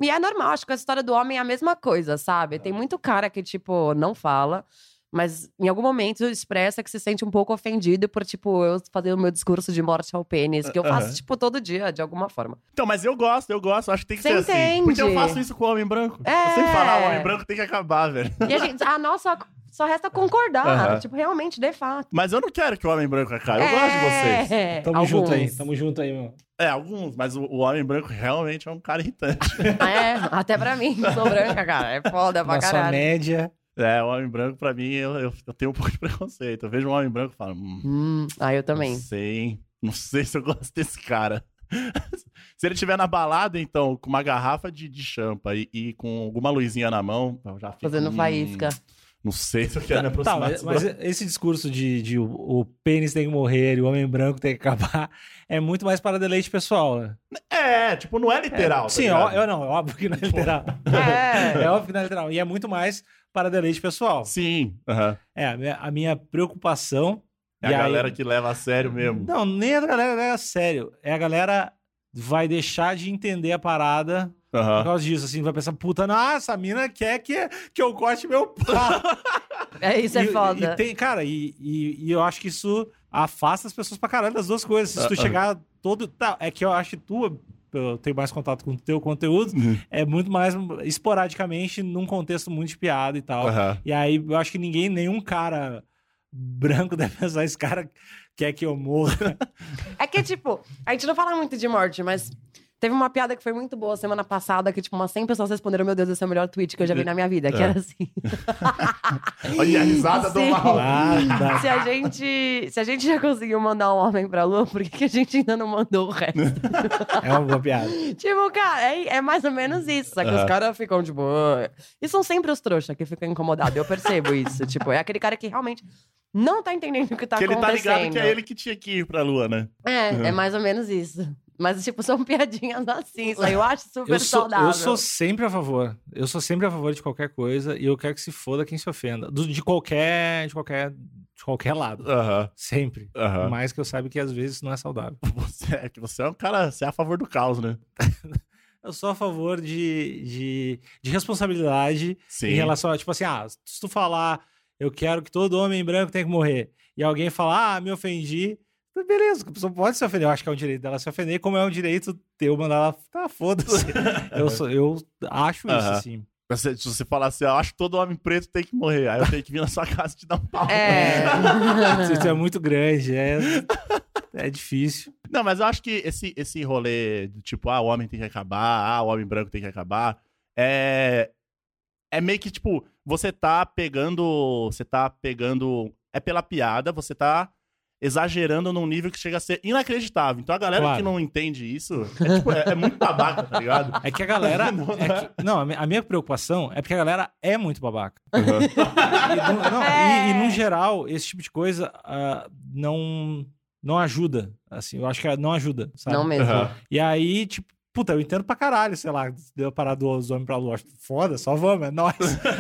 E é normal, acho que a história do homem é a mesma coisa, sabe? Tem muito cara que, tipo, não fala. Mas em algum momento expressa que se sente um pouco ofendido por, tipo, eu fazer o meu discurso de morte ao pênis, que eu faço, Aham. tipo, todo dia, de alguma forma. Então, mas eu gosto, eu gosto. Acho que tem que Você ser assim. entende? Porque eu faço isso com o homem branco. É. Eu sempre falar, o homem branco tem que acabar, velho. E a gente, ah, nossa, só resta concordar, Aham. tipo, realmente, de fato. É. Mas eu não quero que o homem branco acabe. Eu gosto de vocês. vocês. Tamo junto aí, tamo junto aí, meu. É, alguns, mas o, o homem branco realmente é um cara irritante. É, até pra mim, sou branca, cara. É foda pra Na sua caralho. média. É, o homem branco, pra mim, eu, eu, eu tenho um pouco de preconceito. Eu vejo um homem branco e falo, hum, Hum, ah, eu Não também. sei, hein? Não sei se eu gosto desse cara. se ele tiver na balada, então, com uma garrafa de, de champa e, e com alguma luzinha na mão, eu já fico, Fazendo hum, faísca. Não sei se eu quero Tá, me aproximar mas, desse mas esse discurso de, de o, o pênis tem que morrer e o homem branco tem que acabar é muito mais para deleite pessoal, né? É, tipo, não é literal. tá Sim, ó, ligado? eu não, é óbvio que não é literal. É. É óbvio que não é literal. E é muito mais para deleite pessoal. Sim. aham. É, a minha, a minha preocupação. É a e aí- galera que leva a sério mesmo. Não, nem a galera leva a sério. É a galera vai deixar de entender a parada por Aham. causa disso, assim, vai pensar, puta, não, essa mina quer que, que eu corte meu pau. É, isso é E- foda. E tem, cara, e, e, e eu acho que isso afasta as pessoas pra caralho das duas coisas. Se tu Ah, ah. chegar todo. Tá, é que eu acho que tu. Eu tenho mais contato com o teu conteúdo, Uhum. é muito mais esporadicamente num contexto muito de piada e tal. Aham. E aí eu acho que ninguém, nenhum cara branco deve pensar, esse cara quer que eu morra. É que, tipo, a gente não fala muito de morte, mas teve uma piada que foi muito boa semana passada, que, tipo, umas 100 pessoas responderam, meu Deus, esse é o melhor tweet que eu já vi na minha vida, que É. era assim. Olha a risada do Sim. mal. Nada. Se a gente, se a gente já conseguiu mandar um homem pra lua, por que, que a gente ainda não mandou o Né? resto? É uma boa piada. tipo, cara, é, é mais ou menos isso. Só que É. os caras ficam, tipo... "Ah". E são sempre os trouxas que ficam incomodados, eu percebo isso. tipo, é aquele cara que realmente... Não tá entendendo o que tá que ele tá acontecendo. ligado que é ele que tinha que ir pra lua, né? É, é mais ou menos isso. Mas, tipo, são piadinhas assim, só eu acho super Eu sou, saudável. eu sou sempre a favor. Eu sou sempre a favor de qualquer coisa e eu quero que se foda quem se ofenda. Do- de qualquer. De qualquer. De qualquer lado. Aham. Sempre. Aham. Mas que eu saiba que às vezes isso não é saudável. Você, é que você é um cara, você é a favor do caos, né? Eu sou a favor de, de, de responsabilidade Sim. em relação a, tipo assim, ah, se tu falar, eu quero que todo homem branco tenha que morrer, e alguém falar, ah, me ofendi, então beleza, a pessoa pode se ofender. Eu acho que é um direito dela se ofender, como é um direito teu mandar ela, tá, foda-se. eu, sou- eu acho isso, Aham. assim. Mas Se se você falar assim, "Ah, eu acho que todo homem preto tem que morrer, aí eu tenho que vir na sua casa e te dar um pau. É. Isso é muito grande, é, é difícil. Não, mas eu acho que esse, esse rolê do tipo, ah, o homem tem que acabar, ah, o homem branco tem que acabar, é. É meio que, tipo, você tá pegando. Você tá pegando. É pela piada, você tá exagerando num nível que chega a ser inacreditável. Então a galera Claro. que não entende isso é, tipo, é- é muito babaca, tá ligado? É que a galera. Não, é né? que- não, a mi- a minha preocupação é porque a galera é muito babaca. E, no- não, É. e, e, no geral, esse tipo de coisa ah, não, não ajuda. Assim, eu acho que não ajuda, sabe? Não mesmo. Aham. E aí, tipo, puta, eu entendo pra caralho, sei lá, deu a parada dos homens pra lua. acho Foda, só vamos, é nóis.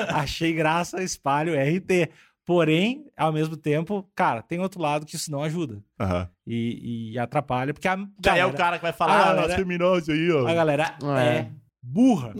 Achei graça, espalho, RT. Porém, ao mesmo tempo, cara, tem outro lado que isso não ajuda. Aham. E, e atrapalha, porque a Que aí é galera- o cara que vai a falar, ah, nós galera- terminamos aí, ó. a galera É. é, burra.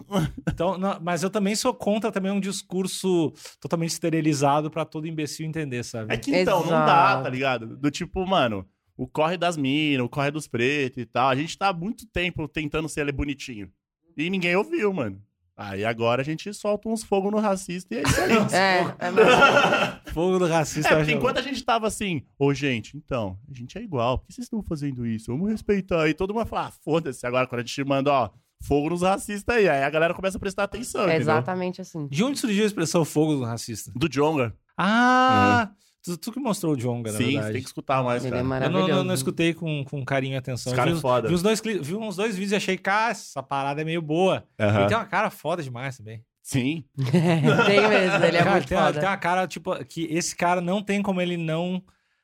Então, não, mas eu também sou contra também um discurso totalmente esterilizado pra todo imbecil entender, É sabe? que então, não dá, tá Exato. ligado? Do tipo, mano, o corre das minas, o corre dos pretos e tal. A gente tá há muito tempo tentando ser ele bonitinho. E ninguém ouviu, mano. Aí agora a gente solta uns fogos no racista e é isso aí. É, é mais... Fogo do racista. É, eu porque acho- enquanto a gente tava assim, ô gente, então, a gente é igual, por que vocês estão fazendo isso? Vamos respeitar. E todo mundo fala, ah, foda-se. Agora quando a gente manda, ó, fogo nos racistas aí. Aí a galera começa a prestar atenção, é entendeu? exatamente assim. De onde surgiu a expressão fogo do racista? Do Jonga. Ah! Tu, tu que mostrou o Jonga, na Uhum. Sim, você verdade. tem que escutar mais, Ele é cara. Eu não, maravilhoso. não, não escutei com, com carinho e atenção. Esse cara vi, é uns- foda. vi uns dois, cli- vi uns dois vídeos e achei, cara, essa parada é meio boa. Aham. Ele tem uma cara foda demais também. Sim. tem mesmo, ele é Cara, muito tem, uma- foda. tem uma cara, tipo, que esse cara não tem como ele não,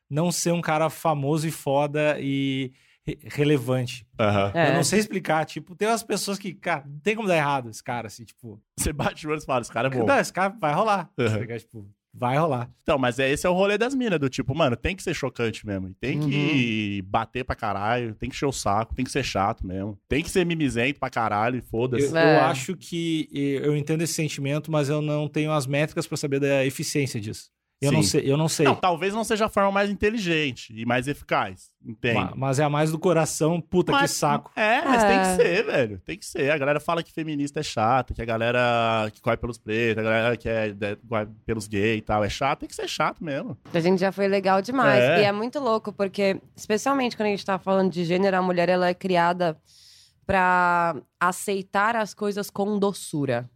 não ser um cara famoso e foda e re- relevante. Aham. É. Eu não sei explicar, tipo, tem umas pessoas que, cara, não tem como dar errado esse cara, assim, tipo, Você bate o olho e fala, esse cara é bom. não, esse cara vai rolar. Uhum. tá ligado? Tipo, vai rolar. Então, mas é, esse é o rolê das minas, do tipo, mano, tem que ser chocante mesmo. e Tem que Uhum. bater pra caralho, tem que encher o saco, tem que ser chato mesmo. Tem que ser mimizento pra caralho, e Eu, foda-se. eu É. acho que eu entendo esse sentimento, mas eu não tenho as métricas pra saber da eficiência disso. Eu não Sim. sei, eu não sei. Não, talvez não seja a forma mais inteligente e mais eficaz. Entende? Ma- Mas é a mais do coração, puta Mas- que saco. É, mas É. tem que ser, velho. Tem que ser. A galera fala que feminista é chata, que a galera que corre pelos pretos, a galera que é, de- corre pelos gays e tal é chato. Tem que ser chato mesmo. A gente já foi legal demais. É. E é muito louco, porque, especialmente quando a gente tá falando de gênero, a mulher ela é criada pra aceitar as coisas com doçura.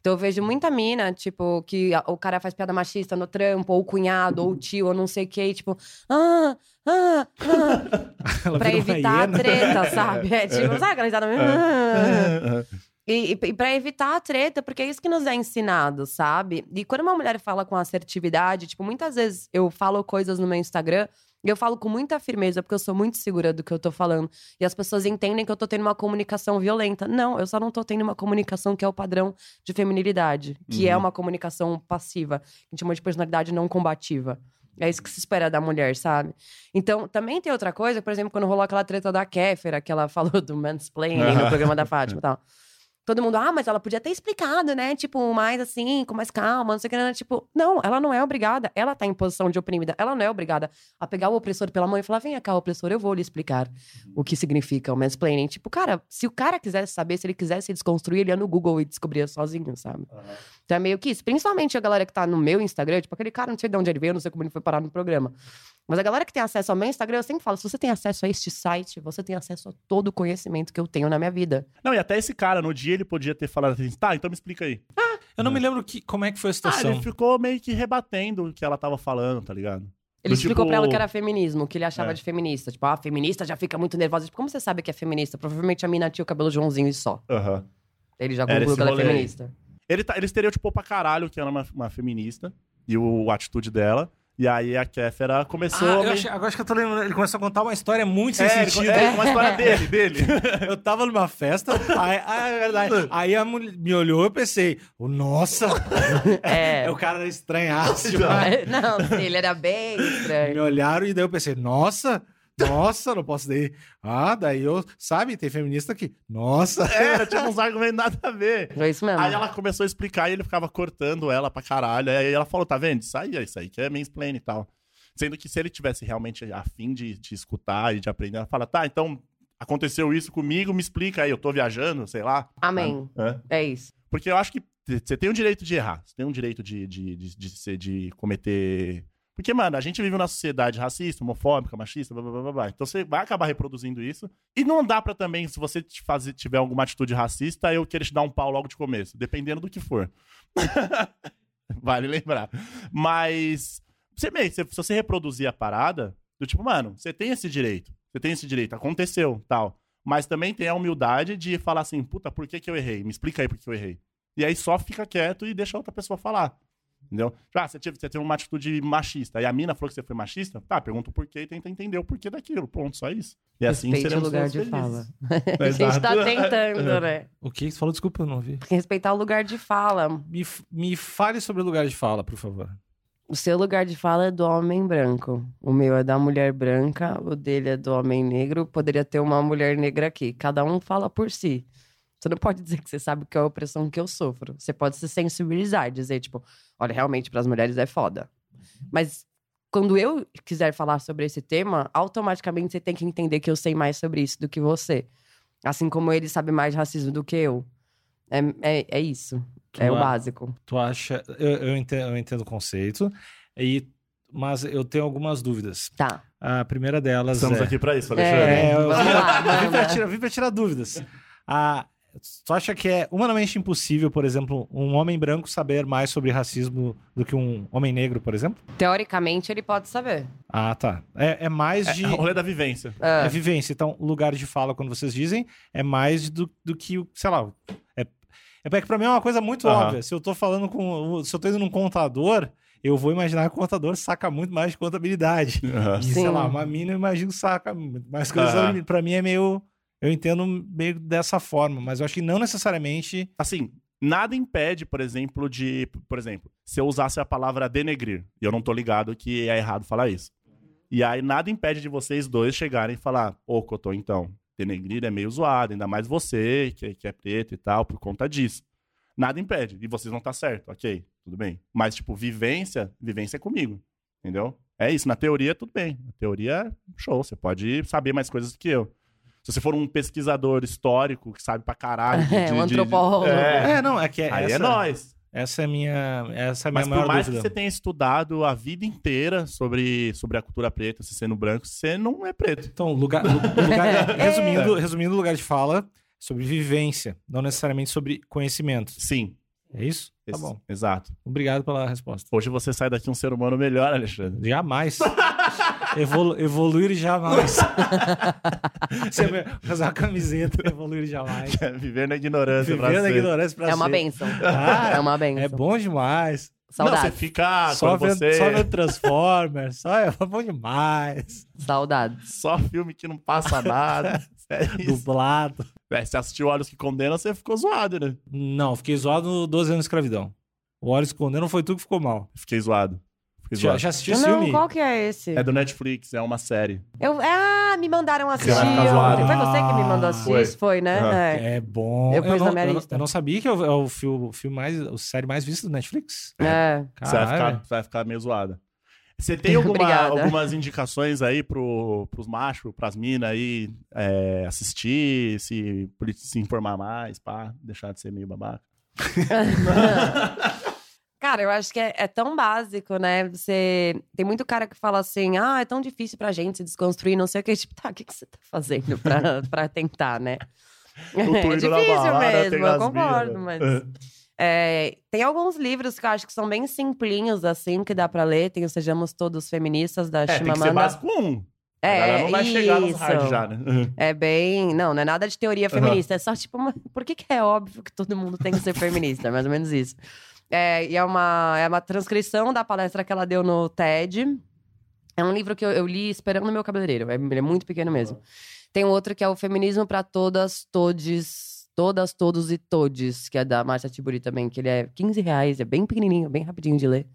Então eu vejo muita mina, tipo, que a- o cara faz piada machista no trampo, ou o cunhado, ou o tio, ou não sei o quê, e, tipo, ah, ah, ah, Ela pra vira uma evitar a hiena. treta, sabe? É tipo, sabe aquela risada mesmo? Ah. E, e, e para evitar a treta, porque é isso que nos é ensinado, sabe? E quando uma mulher fala com assertividade, tipo, muitas vezes eu falo coisas no meu Instagram e eu falo com muita firmeza, porque eu sou muito segura do que eu tô falando. E as pessoas entendem que eu tô tendo uma comunicação violenta. Não, eu só não tô tendo uma comunicação que é o padrão de feminilidade, que é Uhum. uma comunicação passiva, que a gente chama de personalidade não combativa. É isso que se espera da mulher, sabe? Então, também tem outra coisa, por exemplo, quando rolou aquela treta da Kéfera, que ela falou do mansplaining no Ah. programa da Fátima e tal. Todo mundo, ah, mas ela podia ter explicado, né? Tipo, mais assim, com mais calma, não sei o que. né? Tipo, não, ela não é obrigada. Ela tá em posição de oprimida. Ela não é obrigada a pegar o opressor pela mão e falar: vem cá, opressor, eu vou lhe explicar o que significa o mansplaining. Tipo, cara, se o cara quisesse saber, se ele quisesse desconstruir, ele ia no Google e descobria sozinho, sabe? Então é meio que isso. Principalmente a galera que tá no meu Instagram, tipo, aquele cara, não sei de onde ele veio, não sei como ele foi parar no programa. Mas a galera que tem acesso ao meu Instagram, eu sempre falo: se você tem acesso a este site, você tem acesso a todo o conhecimento que eu tenho na minha vida. Não, e até esse cara, no dia ele podia ter falado assim, tá, então me explica aí. Eu não me lembro que, como é que foi a Ah, situação. ele ficou meio que rebatendo o que ela tava falando, tá ligado? Do Ele explicou tipo- pra ela que era feminismo, que ele achava É. de feminista. Tipo, ah, feminista já fica muito nervosa. Tipo, como você sabe que é feminista? Provavelmente a mina tinha o cabelo Joãozinho e só. Aham. Ele já Era concluiu esse que ela é rolê aí. feminista. Ele, tá, ele estereotipou pra caralho que ela é uma, uma feminista e o, a atitude dela. E aí a Kéfera começou. Ah, meio- eu acho, agora acho que eu tô lembrando. Ele começou a contar uma história muito sem É, ele- sentido. é, uma história dele, dele. Eu tava numa festa, aí, aí, é verdade. aí a mulher me olhou eu pensei, "Oh, nossa, É. é o cara estranhaço demais. É, Não, sim, ele era bem Me estranho. olharam e daí eu pensei, nossa, nossa, não posso daí. Ah, daí eu, sabe, tem feminista aqui. Nossa. Era, tinha uns argumentos nada a ver. É isso mesmo. Aí ela começou a explicar e ele ficava cortando ela pra caralho. Aí ela falou: tá vendo? Isso aí, é isso aí que é mansplaining e tal. Sendo que se ele tivesse realmente afim de, de escutar e de aprender, ela fala: tá, então aconteceu isso comigo, me explica aí, eu tô viajando, sei lá. Amém. Hã? É isso. Porque eu acho que t- você tem o direito de errar, você tem o direito de, de, de, de, ser- de cometer. Porque, mano, a gente vive numa sociedade racista, homofóbica, machista, blá, blá, blá, blá, blá. Então você vai acabar reproduzindo isso. E não dá pra também, se você te fazer- tiver alguma atitude racista, eu querer te dar um pau logo de começo, dependendo do que for. vale lembrar. Mas, você meio, se se você reproduzir a parada, do tipo, mano, você tem esse direito, você tem esse direito, aconteceu, tal. Mas também tem a humildade de falar assim, puta, por que que eu errei? Me explica aí por que eu errei. E aí só fica quieto e deixa a outra pessoa falar. Entendeu? Ah, você, teve, você teve uma atitude machista. E a mina falou que você foi machista? Tá, pergunta o porquê e tenta entender o porquê daquilo. Pronto, só isso. E assim Respeite o seremos lugar todos de fala. felizes. A gente tá Exato. tentando, né? O que você falou? Desculpa, eu não ouvi. Respeitar o lugar de fala. Me, f- me fale sobre o lugar de fala, por favor. O seu lugar de fala é do homem branco. O meu é da mulher branca, o dele é do homem negro. Poderia ter uma mulher negra aqui. Cada um fala por si. Você não pode dizer que você sabe que é a opressão que eu sofro. Você pode se sensibilizar, dizer, tipo, olha, realmente para as mulheres é foda. Mas quando eu quiser falar sobre esse tema, automaticamente você tem que entender que eu sei mais sobre isso do que você. Assim como ele sabe mais de racismo do que eu. É, é, é isso. Tu É o a- básico. Tu acha. Eu, eu ente- eu entendo, o conceito, e, mas eu tenho algumas dúvidas. Tá. A primeira delas Estamos é. aqui pra isso, Alexandre. É, É, eu, vamos lá, eu vim, pra manda. tirar, eu vim pra tirar dúvidas. Ah, tu acha que é humanamente impossível, por exemplo, um homem branco saber mais sobre racismo do que um homem negro, por exemplo? Teoricamente, ele pode saber. Ah, tá. É, é mais de. É o rolê da vivência. Ah. é vivência. Então, lugar de fala, quando vocês dizem, é mais do, do que, o- sei lá. É, é porque pra mim é uma coisa muito Aham. óbvia. Se eu tô falando com. Se eu tô indo num contador, eu vou imaginar que o contador saca muito mais de contabilidade. É. E, sei Sim. lá, uma mina eu imagino que saca muito mais coisas. Tá. Aham. Pra mim é meio. Eu entendo meio dessa forma, mas eu acho que não necessariamente. Assim, nada impede, por exemplo, de. Por exemplo, se eu usasse a palavra denegrir, e eu não tô ligado que é errado falar isso. E aí nada impede de vocês dois chegarem e falar, ô, Cotô, então, denegrir é meio zoado, ainda mais você, que, que é preto e tal, por conta disso. Nada impede. E vocês vão estar certo, ok, tudo bem. Mas, tipo, vivência, vivência é comigo. Entendeu? É isso. Na teoria, tudo bem. Na teoria, show. Você pode saber mais coisas do que eu. Se você for um pesquisador histórico que sabe pra caralho. de- É, de- um de- antropólogo. É. É, não, é que é Aí é essa, nóis. essa é a minha, essa é a minha Mas por maior mais que dúvida. você tenha estudado a vida inteira sobre, sobre a cultura preta, você sendo branco, você não é preto. Então, lugar, lu- lugar É. resumindo, resumindo o lugar de fala sobre vivência, não necessariamente sobre conhecimento. Sim. É isso? Tá Esse- bom. Exato. Obrigado pela resposta. Hoje você sai daqui um ser humano melhor, Alexandre. Jamais. Evolu- evoluir jamais. Você vai fazer uma camiseta, evoluir jamais. Viver na ignorância. pra Viver na sempre. ignorância pra É uma sempre. benção. Ah, É uma benção. É bom demais. Não, você Saudades. fica. só, Ah, quando vendo, você... só vendo Transformers. Só é bom demais. Saudades. Só filme que não passa nada. É isso. Dublado. É, você assistiu Olhos que Condenam, você ficou zoado, né? Não, fiquei zoado no 12 anos de escravidão. O Hora Escondendo não foi tu que ficou mal. Fiquei zoado. Fiquei Já, zoado. já assistiu Não, esse filme? qual que é esse? É do Netflix, é uma série. Eu... Ah, me mandaram assistir. Você vai ficar zoado. Ah. ontem. Foi você que me mandou assistir? Foi. Isso foi, né? Aham. É. É bom. Eu pus não, na minha eu não- lista. eu não sabia que é o, é o filme, o filme mais, a série mais vista do Netflix. É. Você vai, ficar, Caralho. você vai ficar meio zoada. Você tem alguma, Obrigada. algumas indicações aí pro, pros machos, pras minas aí é, assistir, se, poli- se informar mais, pá, deixar de ser meio babaca? Cara, eu acho que é, é tão básico, né? Você. Tem muito cara que fala assim, ah, é tão difícil pra gente se desconstruir, não sei o que. Tipo, tá, o que, que você tá fazendo pra, pra tentar, né? tô é indo difícil na balada, tem mesmo, eu as concordo, minas. mas. É, tem alguns livros que eu acho que são bem simplinhos, assim, que dá pra ler. Tem o Sejamos Todos Feministas, da É, tem que ser Chimamanda. básico um. a galera não vai chegar nos hard isso. já, né? É bem. Não, não é nada de teoria Aham. feminista. É só tipo. Uma... Por que, que é óbvio que todo mundo tem que ser feminista? É mais ou menos isso. É, e é uma, é uma transcrição da palestra que ela deu no TED. É um livro que eu, eu li esperando o meu cabeleireiro. É, ele é muito pequeno mesmo. Tem outro que é o Feminismo para Todas, Todes. Todas, Todos e Todes, que é da Marcia Tiburi também, que ele é 15 reais, é bem pequenininho, bem rapidinho de ler.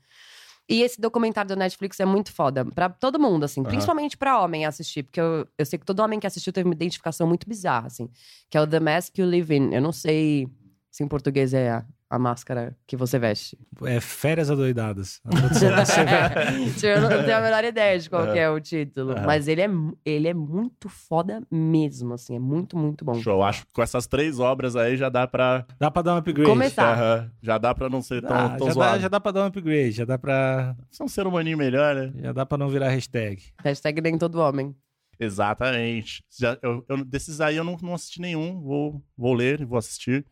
E esse documentário do Netflix é muito foda. Pra todo mundo, assim. Aham. Principalmente pra homem assistir. Porque eu, eu sei que todo homem que assistiu teve uma identificação muito bizarra, assim. Que é o The Mask You Live In. Eu não sei se em português é a, a máscara que você veste. É Férias Adoidadas. A tradução vai ser- Tipo, eu não tenho a menor ideia de qual Aham. que é o título. Aham. Mas ele é, mu- ele é muito foda mesmo, assim. É muito, muito bom. Show, acho que com essas três obras aí já dá pra. Dá pra dar um upgrade. Começar. Tá. Aham, já dá pra não ser tão, Ah, tão já, dá, tá- zoado. já dá pra dar um upgrade, já dá pra, Você é um ser humaninho melhor, né? já dá pra não virar hashtag. Hashtag nem todo homem. Exatamente. Já- eu- eu- desses aí eu não, não assisti nenhum. Vou, vou ler e vou assistir.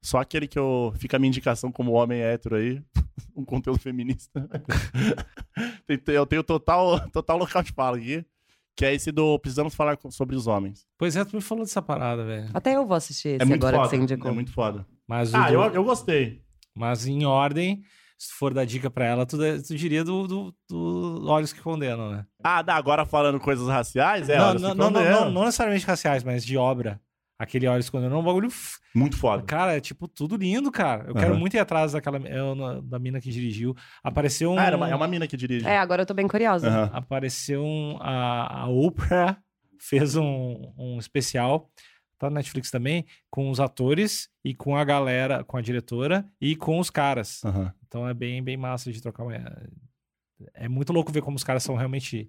Só aquele que eu. Fica a minha indicação como homem hétero aí. Um conteúdo feminista. Tem- tem- eu tenho total, total local de fala aqui. Que é esse do Precisamos Falar com- sobre os Homens. Pois é, tu me falou dessa parada, velho. Até eu vou assistir esse é muito agora foda. que você indicou. É muito foda. Mas, o Ah, do- eu, eu gostei. mas em ordem, se for dar dica pra ela, tu, dá- tu diria do, do, do Olhos que Condenam, né? Ah, dá, agora falando coisas raciais? É, não, olha, não, se não, não, condenou. não- não necessariamente raciais, mas de obra. Aquele Olhos que Condenam é um bagulho f- Muito foda. Cara, é tipo tudo lindo, cara. Eu quero Aham. muito ir atrás daquela eu, na- da mina que dirigiu. Apareceu um. Ah, era uma- é uma mina que dirige. É, agora eu tô bem curiosa. Aham. Apareceu um. A, a Oprah fez um, um especial. Tá no Netflix também, com os atores e com a galera, com a diretora e com os caras. Aham. Então é bem, bem massa de trocar uma. É muito louco ver como os caras são realmente.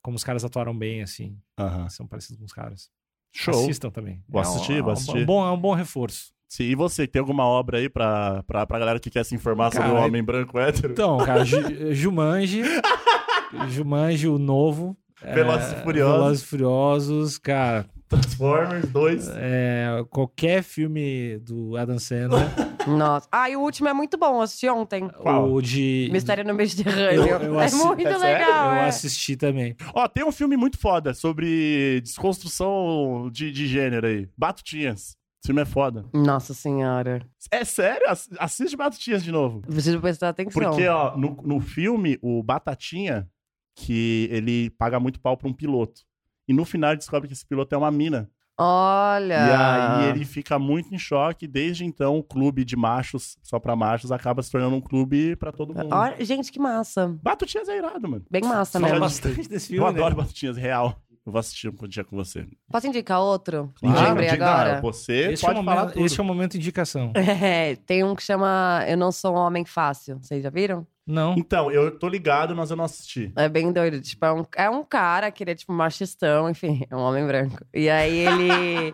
Como os caras atuaram bem, assim. Aham. São parecidos com os caras. Ah. Show. Assistam também. Vou É um- assistir, é um vou assistir. bom, é um bom reforço. Sim, e você, tem alguma obra aí pra, pra, pra galera que quer se informar sobre o Cara, homem branco hétero? Então, cara, Ju- Jumanji. Jumanji, o novo. é, Velozes e Furiosos. Velozes e Furiosos, cara. Transformers 2. é, qualquer filme do Adam Sandler. Nossa. Ah, e o último é muito bom, eu assisti ontem. Qual? O de. Mistério no Mediterrâneo. Eu- eu é assi- muito é sério? legal. Eu é. assisti também. Ó, tem um filme muito foda sobre desconstrução de, de gênero aí. Batutinhas. Esse filme é foda. Nossa senhora. É sério? Ass- Assiste Batutinhas de novo. Preciso prestar atenção. Porque, ó, no, no filme, o Batatinha, que ele paga muito pau pra um piloto. E no final ele descobre que esse piloto é uma mina. Olha. E aí ele fica muito em choque. Desde então, o clube de machos, só pra machos, acaba se tornando um clube pra todo mundo. Olha, gente, que massa. Batutinhas é irado, mano. Bem massa Fala Fala mesmo. de- bastante desse filme. Eu né? adoro Batutinhas, real. Eu vou assistir um dia com você. Posso indicar outro? Claro, Eu Lembrei diga- agora. não, você Este é, o pode falar momento, tudo. este é o momento de indicação. É, tem um que chama Eu Não Sou Um Homem Fácil. Vocês já viram? Não. Então, eu tô ligado, mas eu não assisti. É bem doido. Tipo, é um, é um cara que ele é tipo machistão, enfim, é um homem branco. E aí ele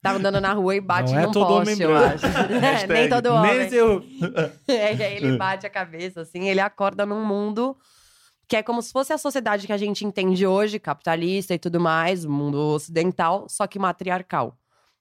tá andando na rua e bate Não é num todo poste, homem eu branco. acho. É, Hashtag Nem todo homem. Nem eu- É, E aí É. ele bate a cabeça, assim, ele acorda num mundo que é como se fosse a sociedade que a gente entende hoje, capitalista e tudo mais, mundo ocidental, só que matriarcal.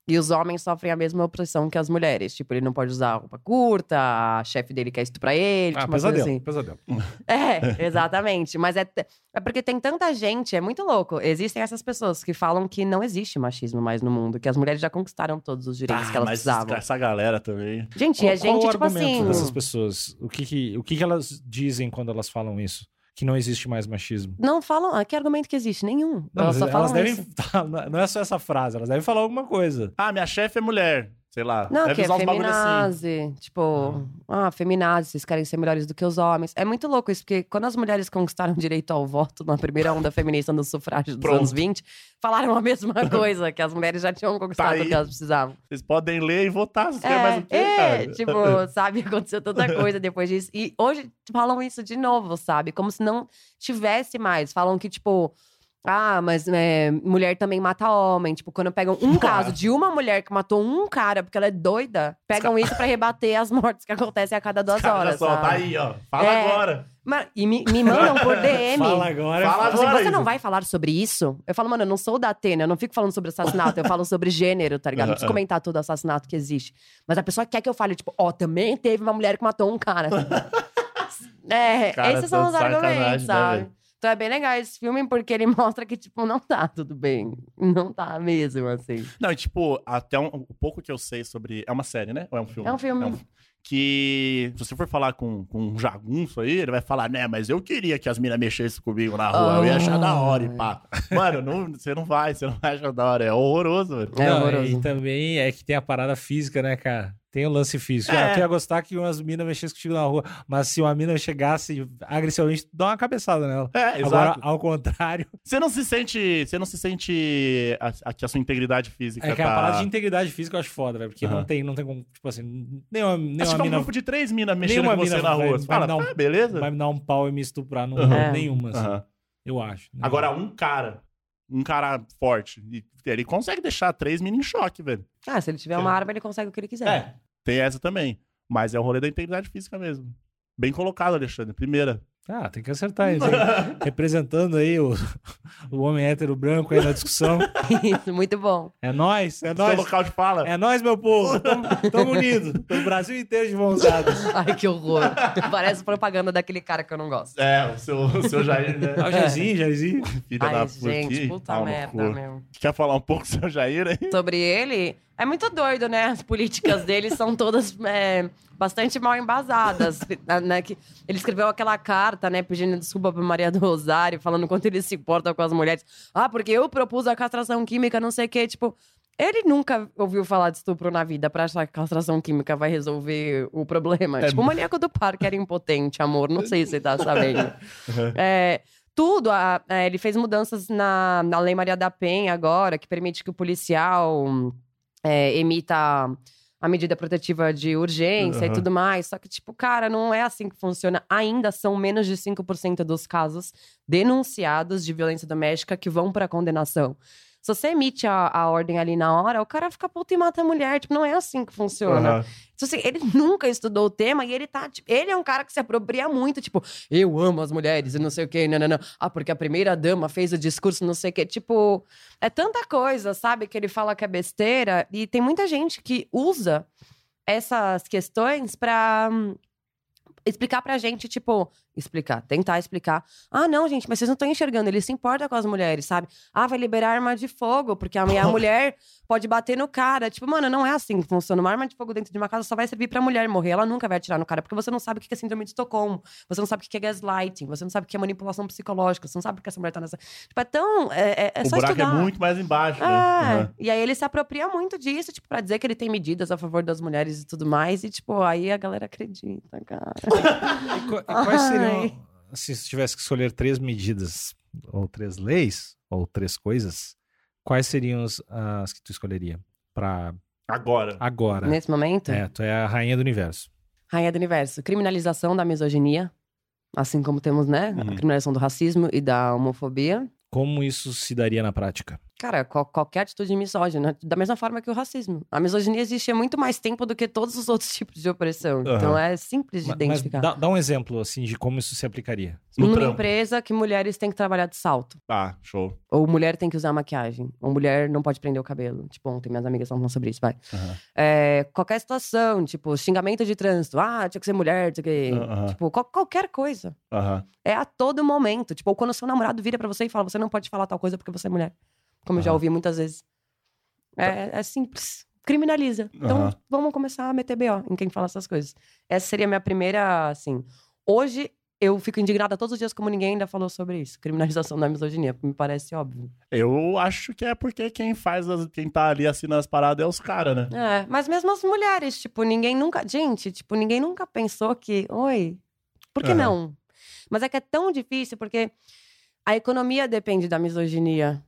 E os homens sofrem a mesma opressão que as mulheres. Tipo, ele não pode usar roupa curta, a chefe dele quer estuprar ele, Ah, tipo, uma coisa pesadelo, assim. pesadelo. É, exatamente. Mas é, t- é porque tem tanta gente, é muito louco. Existem essas pessoas que falam que não existe machismo mais no mundo, que as mulheres já conquistaram todos os direitos Ah, que elas mas precisavam. essa galera também. Gente, qual, é gente, qual o tipo argumento assim. dessas pessoas? O que que, o que que elas dizem quando elas falam isso? Que não existe mais machismo. Não falam. Ah, que argumento que existe? Nenhum. Não, mas elas só falam elas devem. isso. Não é só essa frase, elas devem falar alguma coisa. Ah, minha chefe é mulher. Sei lá. Não, deve que é usar uns bagulho assim. feminazi. Tipo, ah, feminazi, vocês querem ser melhores do que os homens. É muito louco isso, porque quando as mulheres conquistaram o direito ao voto na primeira onda feminista no sufrágio dos Pronto. anos 20, falaram a mesma coisa, que as mulheres já tinham conquistado Tá aí. o que elas precisavam. Vocês podem ler e votar. Vocês querem mais um Ah, o quê, é, cara? tipo, sabe, aconteceu tanta coisa depois disso. E hoje falam isso de novo, sabe? Como se não tivesse mais. Falam que, tipo, ah, mas é, mulher também mata homem. Tipo, quando pegam um caso de uma mulher que matou um cara porque ela é doida, pegam isso pra rebater as mortes que acontecem a cada duas Cara, olha horas. só, sabe? tá aí, ó. Fala É. agora. Mas- e me, me mandam por DM. Fala agora. Fala Falam assim, agora, você não Isa. vai falar sobre isso? Eu falo, mano, eu não sou da Atena, eu não fico falando sobre assassinato, eu falo sobre gênero, tá ligado? Não É. preciso comentar todo assassinato que existe. Mas a pessoa quer que eu fale, tipo, ó, também teve uma mulher que matou um cara. é, Cara, esses são tá os de sacanagem, argumentos, né, sabe? velho? então é bem legal esse filme, porque ele mostra que, tipo, não tá tudo bem. Não tá mesmo, assim. Não, e tipo, até um, o pouco que eu sei sobre. É uma série, né? Ou é um filme? É um filme. Que se você for falar com, com um jagunço aí, ele vai falar, né, mas eu queria que as minas mexessem comigo na rua, eu ia achar da hora e pá. Ah. Mano, não- você não vai, você não vai achar da hora, é horroroso, velho. É Não, horroroso. E também é que tem a parada física, né, cara? Tem o lance físico. É. Ah, tu ia gostar que umas minas mexessem contigo na rua, mas se uma mina chegasse agressivamente, dá uma cabeçada nela. É, exato. Agora, ao contrário, Você não se sente. Você não se sente. A, a, que a sua integridade física. é que a tá... parada de integridade física eu acho foda, velho. Porque não Aham. tem, não tem como, tipo assim, nenhuma, Acho nenhuma que é um mina grupo de três minas mexendo Nenhuma com você mina na vai- rua. Você vai me fala, dar um- ah, beleza? vai me dar um pau e me estuprar, não, Aham. É. nenhuma, assim, Aham. eu acho. né? Agora, um cara. Um cara forte. e ele consegue deixar três minas em choque, velho. Ah, se ele tiver uma arma, ele consegue o que ele quiser. É, tem essa também. Mas é o rolê da integridade física mesmo. Bem colocado, Alexandre. Primeira. Ah, tem que acertar isso. hein? Representando aí o, o homem hétero branco aí na discussão. Isso, muito bom. É nóis, é Seu nóis. local de fala. É nós, meu povo. Tamo, tamo unido. O Brasil inteiro de mãos dadas. Ai, que horror. Parece propaganda daquele cara que eu não gosto. É, o, seu, o seu Jair, né? Ah, o Jairzinho, Jairzinho. Filha Ai, da gente, puta, puta calma, merda, né? cu. meu. Quer falar um pouco do seu Jair aí? sobre ele, é muito doido, né? As políticas dele são todas é, bastante mal embasadas. né? Que ele escreveu aquela carta, né, pedindo desculpa pra Maria do Rosário, falando quanto ele se importa com as mulheres. Ah, porque eu propus a castração química, não sei o quê. Tipo, ele nunca ouviu falar de estupro na vida pra achar que castração química vai resolver o problema. Tipo, o maníaco do parque era impotente, amor. Não sei se você tá sabendo. É, tudo, a- é, ele fez mudanças na, na Lei Maria da Penha agora, que permite que o policial hum, é, emita a medida protetiva de urgência e Aham. tudo mais. Só que, tipo, cara, não é assim que funciona. Ainda são menos de 5% dos casos denunciados de violência doméstica que vão pra condenação. Se você emite a, a ordem ali na hora, o cara fica puto e mata a mulher. Tipo, não é assim que funciona. Aham. Então, assim, ele nunca estudou o tema e ele tá. tipo, ele é um cara que se apropria muito, tipo, eu amo as mulheres e não sei o quê, não, não, não. Ah, porque a primeira dama fez o discurso, não sei o quê. Tipo, é tanta coisa, sabe, que ele fala que é besteira. E tem muita gente que usa essas questões pra. hum, Explicar pra gente, tipo, explicar, tentar explicar. Ah, não, gente, mas vocês não estão enxergando, ele se importa com as mulheres, sabe? Ah, vai liberar arma de fogo, porque a minha mulher pode bater no cara. Tipo, mano, não é assim que funciona. Uma arma de fogo dentro de uma casa só vai servir pra mulher morrer. Ela nunca vai atirar no cara, porque você não sabe o que é síndrome de Estocolmo. Você não sabe o que é gaslighting. Você não sabe o que é manipulação psicológica. Você não sabe o que essa mulher tá nessa. Tipo, é tão. É, é- é o só buraco estudar. é muito mais embaixo, É, né? Aham. e aí ele se apropria muito disso, tipo, pra dizer que ele tem medidas a favor das mulheres e tudo mais. E, tipo, aí a galera acredita, cara. E, qua- e quais seriam, Ai. se você tivesse que escolher três medidas ou três leis, ou três coisas, quais seriam as, as que tu escolheria pra Agora. agora? Nesse momento, É, tu é a rainha do universo. rainha do universo. Criminalização da misoginia, assim como temos, né? Uhum. A criminalização do racismo e da homofobia. Como isso se daria na prática? Cara, qual- qualquer atitude misógina, da mesma forma que o racismo. A misoginia existe há muito mais tempo do que todos os outros tipos de opressão. Aham. Então é simples de Ma- Mas identificar. dá, dá um exemplo, assim, de como isso se aplicaria. No Numa trampo. empresa que mulheres têm que trabalhar de salto. Tá, show. Ou mulher tem que usar maquiagem. Ou mulher não pode prender o cabelo. Tipo, ontem minhas amigas estavam falando sobre isso, vai. Aham. É, qualquer situação, tipo, xingamento de trânsito. Ah, tinha que ser mulher, tinha que... Aham. Tipo, qual- qualquer coisa. Aham. É a todo momento. Tipo, ou quando seu namorado vira pra você e fala, você não pode falar tal coisa porque você é mulher. Como eu já Aham. Tá. ouvi muitas vezes. É, é simples. Criminaliza. Então, Aham. vamos começar a meter BO em quem fala essas coisas. Essa seria a minha primeira, assim... Hoje, eu fico indignada todos os dias como ninguém ainda falou sobre isso. Criminalização da misoginia. Me parece óbvio. Eu acho que é porque quem faz, as- quem tá ali assinando as paradas é os caras, né? É, mas mesmo as mulheres, tipo, ninguém nunca. Gente, tipo, ninguém nunca pensou que. Oi, por que Aham. não? Mas é que é tão difícil porque a economia depende da misoginia.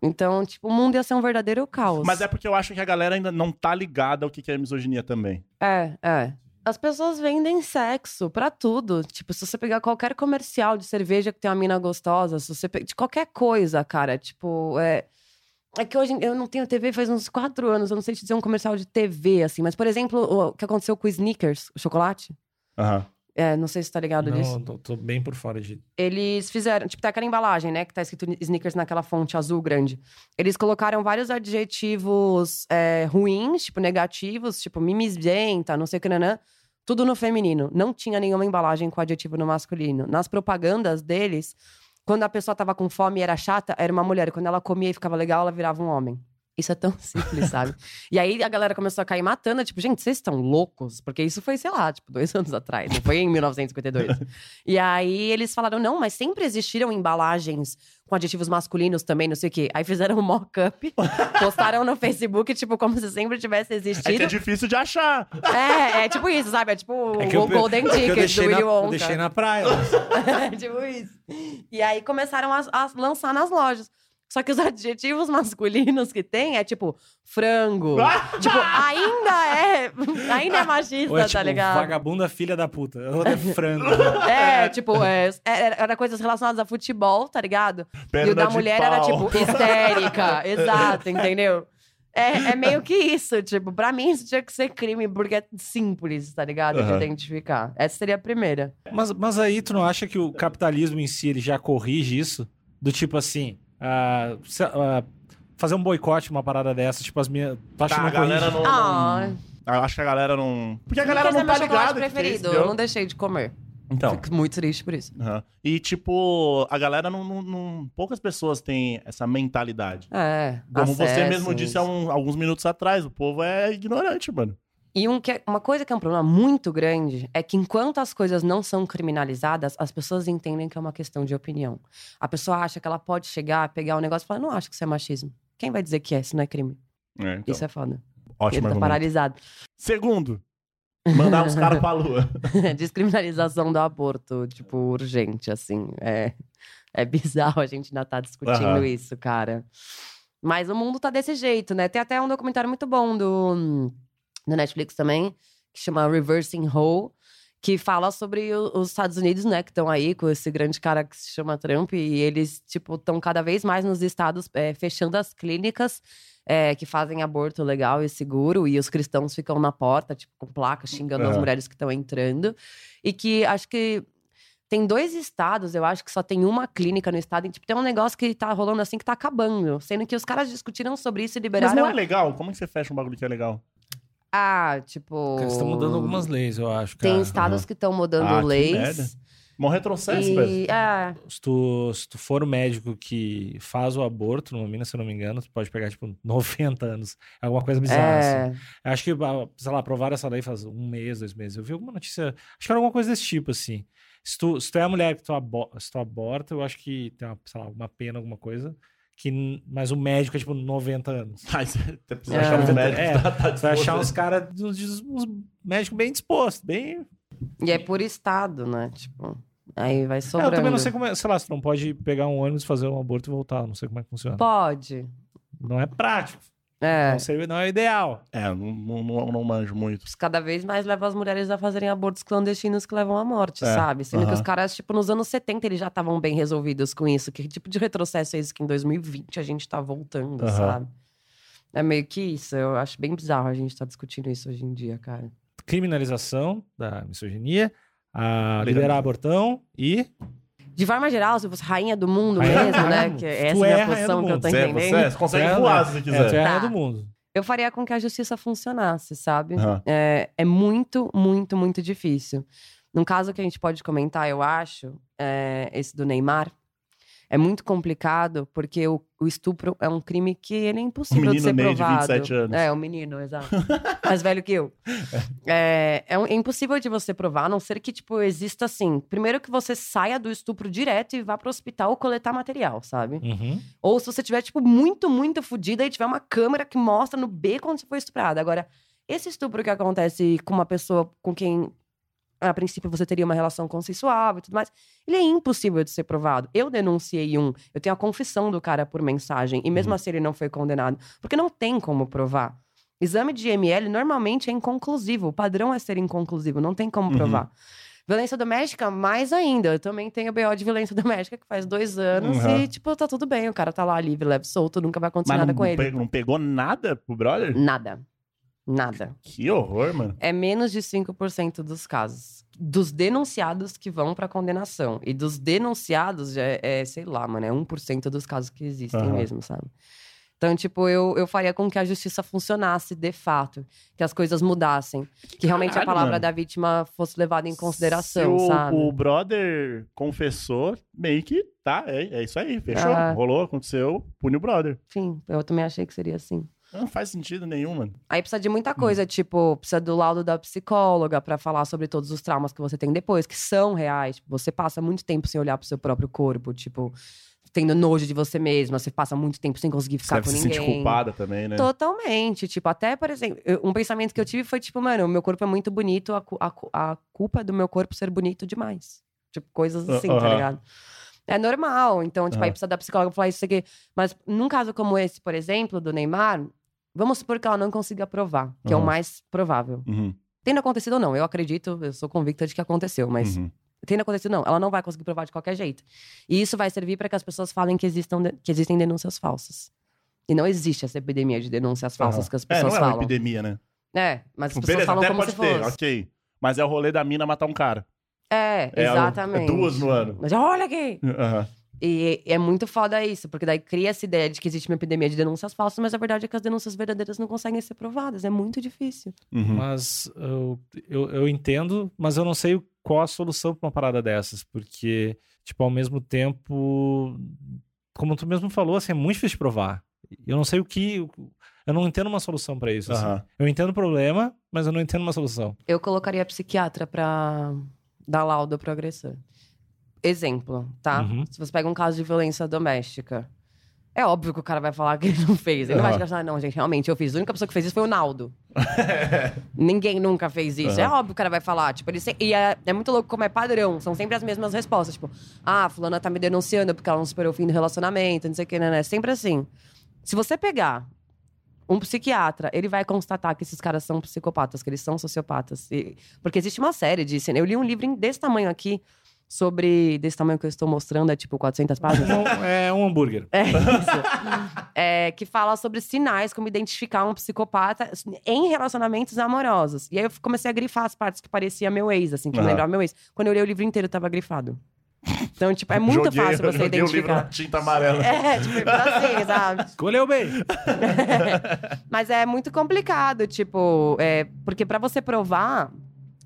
Então, tipo, o mundo ia ser um verdadeiro caos. Mas é porque eu acho que a galera ainda não tá ligada ao que que é misoginia também. É, é. As pessoas vendem sexo pra tudo. Tipo, se você pegar qualquer comercial de cerveja que tem uma mina gostosa, se você pe- de qualquer coisa, cara, tipo, é é que hoje em- eu não tenho TV faz uns quatro anos, eu não sei te dizer um comercial de TV assim, mas por exemplo, o que aconteceu com o Snickers, o chocolate? Aham. É, não sei se tá ligado disso. Não, tô, tô bem por fora de... Eles fizeram, tipo, tem aquela embalagem, né? Que tá escrito sneakers naquela fonte azul grande. Eles colocaram vários adjetivos é, ruins, tipo, negativos, tipo, mimisbenta, não sei o que, nanã. Tudo no feminino. Não tinha nenhuma embalagem com adjetivo no masculino. Nas propagandas deles, quando a pessoa tava com fome e era chata, era uma mulher. Quando ela comia e ficava legal, ela virava um homem. Isso é tão simples, sabe? E aí a galera começou a cair matando, tipo, gente, vocês estão loucos? Porque isso foi, sei lá, tipo, dois anos atrás, não foi em 1952. E aí eles falaram, não, mas sempre existiram embalagens com adjetivos masculinos também, não sei o quê. Aí fizeram um mock-up, postaram no Facebook, tipo, como se sempre tivesse É que é existido. difícil de achar. É, é tipo isso, sabe? É tipo É o que eu pe- Golden é que eu Ticket do deixei na- Willy Wonka. Eu deixei na praia. tipo isso. E aí começaram a, a lançar nas lojas. Só que os adjetivos masculinos que tem é tipo frango. tipo, ainda é. Ainda é machista, Ah! Ou é, tá tipo, ligado? vagabunda filha da puta. Ou é frango. É, tipo, é, era era coisas relacionadas a futebol, tá ligado? e o Perna da de mulher era, pau. tipo, histérica. exato, entendeu? É, é meio que isso, tipo, pra mim isso tinha que ser crime, porque é simples, tá ligado? De Aham. identificar. Essa seria a primeira. Mas, mas aí tu não acha que o capitalismo em si ele já corrige isso? Do tipo assim, ah, se- ah, fazer um boicote, uma parada dessa, tipo as minhas. Tu acha Tá, que a não galera corrige? não. Ah. não- Eu acho que a galera não. Porque a galera Snickers não é tá meu chocolate ligada. que preferido, fez, eu entendeu? não deixei de comer. Então. Fico muito triste por isso. Aham. E, tipo, a galera não, não- não- Poucas pessoas têm essa mentalidade. É. Como você mesmo acessos. disse há um- alguns minutos atrás, o povo é ignorante, mano. E um que é- uma coisa que é um problema muito grande é que enquanto as coisas não são criminalizadas, as pessoas entendem que é uma questão de opinião. A pessoa acha que ela pode chegar, pegar o negócio e falar: não acho que isso é machismo. Quem vai dizer que é? Isso não é crime. É, então, Isso é foda. ótimo Ele tá argumento. paralisado. Segundo, mandar os caras pra lua. Descriminalização do aborto, tipo, urgente, assim. É, é bizarro a gente ainda tá discutindo Aham. isso, cara. Mas o mundo tá desse jeito, né? Tem até um documentário muito bom do, do Netflix também, que chama Reversing Roe, que fala sobre o- os Estados Unidos, né? Que estão aí com esse grande cara que se chama Trump. E eles, tipo, estão cada vez mais nos estados é, fechando as clínicas é, que fazem aborto legal e seguro. E os cristãos ficam na porta, tipo, com placa, xingando as Aham. mulheres que estão entrando. E que acho que tem dois estados, eu acho que só tem uma clínica no estado. E, tipo, tem um negócio que tá rolando assim que tá acabando. Sendo que os caras discutiram sobre isso e Mas não liberaram. é legal? Como que você fecha um bagulho que é legal? Ah, tipo. Eles estão mudando algumas leis, eu acho, cara. Tem estados que estão mudando Ah, que merda. leis. Mó retrocesso, velho. E, é, Se tu, se tu for o médico que faz o aborto numa mina, se eu não me engano, tu pode pegar, tipo, 90 anos. É alguma coisa bizarra, assim. é, Acho que, ah, sei lá, aprovaram essa lei faz um mês, dois meses. Eu vi alguma notícia. Acho que era alguma coisa desse tipo, assim. Se tu, se tu é a mulher que tu, abo- se tu aborta, eu acho que tem, uma, sei lá, uma pena, alguma coisa. Que, n- mas o médico é tipo 90 anos. Ai, você precisa É. achar uns É, médicos. tá- tá Você vai achar disposto. uns caras, uns, uns médicos bem é, dispostos, bem. e é por estado, né? Tipo, Aí vai É, sobrando. eu também não sei como é. Sei lá, você não pode pegar um ônibus, fazer um aborto e voltar. eu Não sei como é que funciona. Pode. Não é prático. É. Não, seria, não é ideal. É, eu não, não, não, não manjo muito. Isso Cada vez mais leva as mulheres a fazerem abortos clandestinos que levam à morte, É, sabe? Sendo que aham. os caras, tipo, nos anos 70 eles já estavam bem resolvidos com isso. Que tipo de retrocesso é isso que em 2020 a gente tá voltando, Aham. sabe? É meio que isso. Eu acho bem bizarro a gente tá discutindo isso hoje em dia, cara. Criminalização da misoginia, a Liberar. liberar abortão e. De forma geral, se eu fosse rainha do mundo Rainha do mesmo, né? mundo. Que Se essa é a tu é minha rainha posição do que eu mundo. tô Você, entendendo. você consegue É, voar se É, tu é quiser. a Tá. rainha do mundo. Eu faria com que a justiça funcionasse, sabe? Aham. É, é muito, muito, muito difícil. Num caso que a gente pode comentar, eu acho, é esse do Neymar, é muito complicado porque o, o estupro é um crime que ele é impossível de menino ser Ney de provado. 27 anos. É, um menino, exato. Mais velho que eu. É, é, um- é impossível de você provar, a não ser que, tipo, exista assim. Primeiro que você saia do estupro direto e vá pro hospital coletar material, sabe? Uhum. Ou se você tiver, tipo, muito, muito fodida e tiver uma câmera que mostra no B quando você foi estuprada. Agora, esse estupro que acontece com uma pessoa com quem, a princípio, você teria uma relação consensual e tudo mais, ele é impossível de ser provado. Eu denunciei um, eu tenho a confissão do cara por mensagem, e mesmo assim ele não foi condenado. Porque não tem como provar. Exame de IML normalmente é inconclusivo, o padrão é ser inconclusivo, não tem como Uhum. provar. Violência doméstica, mais ainda. Eu também tenho BO de violência doméstica, que faz dois anos Uhum. e, tipo, tá tudo bem. O cara tá lá livre, leve, solto, nunca vai acontecer Mas nada não, com ele. pe- não pegou nada pro brother? Nada. Nada. Que horror, mano. É menos de 5% dos casos. Dos denunciados que vão pra condenação. E dos denunciados, já é, é, sei lá, mano, é 1% dos casos que existem Aham. mesmo, sabe? Então, tipo, eu, eu faria com que a justiça funcionasse de fato. Que as coisas mudassem. Que realmente Caralho, a palavra mano. da vítima fosse levada em consideração, Se o, sabe? o brother confessou, meio que tá, é, é isso aí, fechou, Aham. rolou, aconteceu, pune o brother. Enfim, eu também achei que seria assim. Não faz sentido nenhum, mano. Aí precisa de muita coisa, tipo, precisa do laudo da psicóloga pra falar sobre todos os traumas que você tem depois, que são reais. Tipo, você passa muito tempo sem olhar pro seu próprio corpo, tipo, tendo nojo de você mesma, você passa muito tempo sem conseguir Você ficar deve com se ninguém. sentir culpada também, né? Totalmente. Tipo, até, por exemplo, eu- um pensamento que eu tive foi, tipo, mano, meu corpo é muito bonito, a, cu- a, cu- a culpa é do meu corpo ser bonito demais. Tipo, coisas Ah, assim, tá aham. ligado? É normal. Então, tipo, aí Aham. precisa da psicóloga falar isso aqui. Mas num caso como esse, por exemplo, do Neymar, vamos supor que ela não consiga provar, que é o Aham. mais provável. Uhum, Tendo acontecido ou não, eu acredito, eu sou convicta de que aconteceu, mas uhum. tendo acontecido ou não, ela não vai conseguir provar de qualquer jeito. E isso vai servir para que as pessoas falem que, existam de- que existem denúncias falsas. E não existe essa epidemia de denúncias falsas que as É, não pessoas é uma falam. epidemia, né? É, mas as Tipo, pessoas beleza, falam até como pode se ter, fosse. ok. Mas é o rolê da mina matar um cara. É, É, exatamente. é duas no ano. Mas olha aqui! Aham. E é muito foda isso, porque daí cria essa ideia de que existe uma epidemia de denúncias falsas, mas a verdade é que as denúncias verdadeiras não conseguem ser provadas. É muito difícil. Uhum. Mas eu, eu, eu entendo, mas eu não sei qual a solução para uma parada dessas, porque, tipo, ao mesmo tempo, como tu mesmo falou, assim, é muito difícil de provar. Eu não sei o que. Eu não entendo uma solução para isso. assim. Aham. Eu entendo o problema, mas eu não entendo uma solução. Eu colocaria psiquiatra pra dar laudo pro agressor. Exemplo, tá? Uhum. Se você pega um caso de violência doméstica, é óbvio que o cara vai falar que ele não fez. Ele vai Aham. chegar e falar, não, gente, realmente eu fiz. A única pessoa que fez isso foi o Naldo. Ninguém nunca fez isso. É Aham. óbvio que o cara vai falar. Tipo, ele se- E é, é muito louco como é padrão. São sempre as mesmas respostas. Tipo, ah, fulana tá me denunciando porque ela não superou o fim do relacionamento, não sei o que, né? né. Sempre assim. Se você pegar um psiquiatra, ele vai constatar que esses caras são psicopatas, que eles são sociopatas. E- porque existe uma série disso. né? Eu li um livro em- desse tamanho aqui, sobre. desse tamanho que eu estou mostrando, é tipo 400 páginas. Um- é um hambúrguer. É isso. É, que fala sobre sinais, como identificar um psicopata em relacionamentos amorosos. E aí eu comecei a grifar as partes que parecia meu ex, assim, que Aham. lembrava meu ex. Quando eu li o livro inteiro, tava grifado. Então, tipo, é muito Joguei- fácil você joguei o livro na identificar. tinta amarela. É, tipo, assim, sabe? Escolheu bem. Mas é muito complicado, tipo, é, porque pra você provar,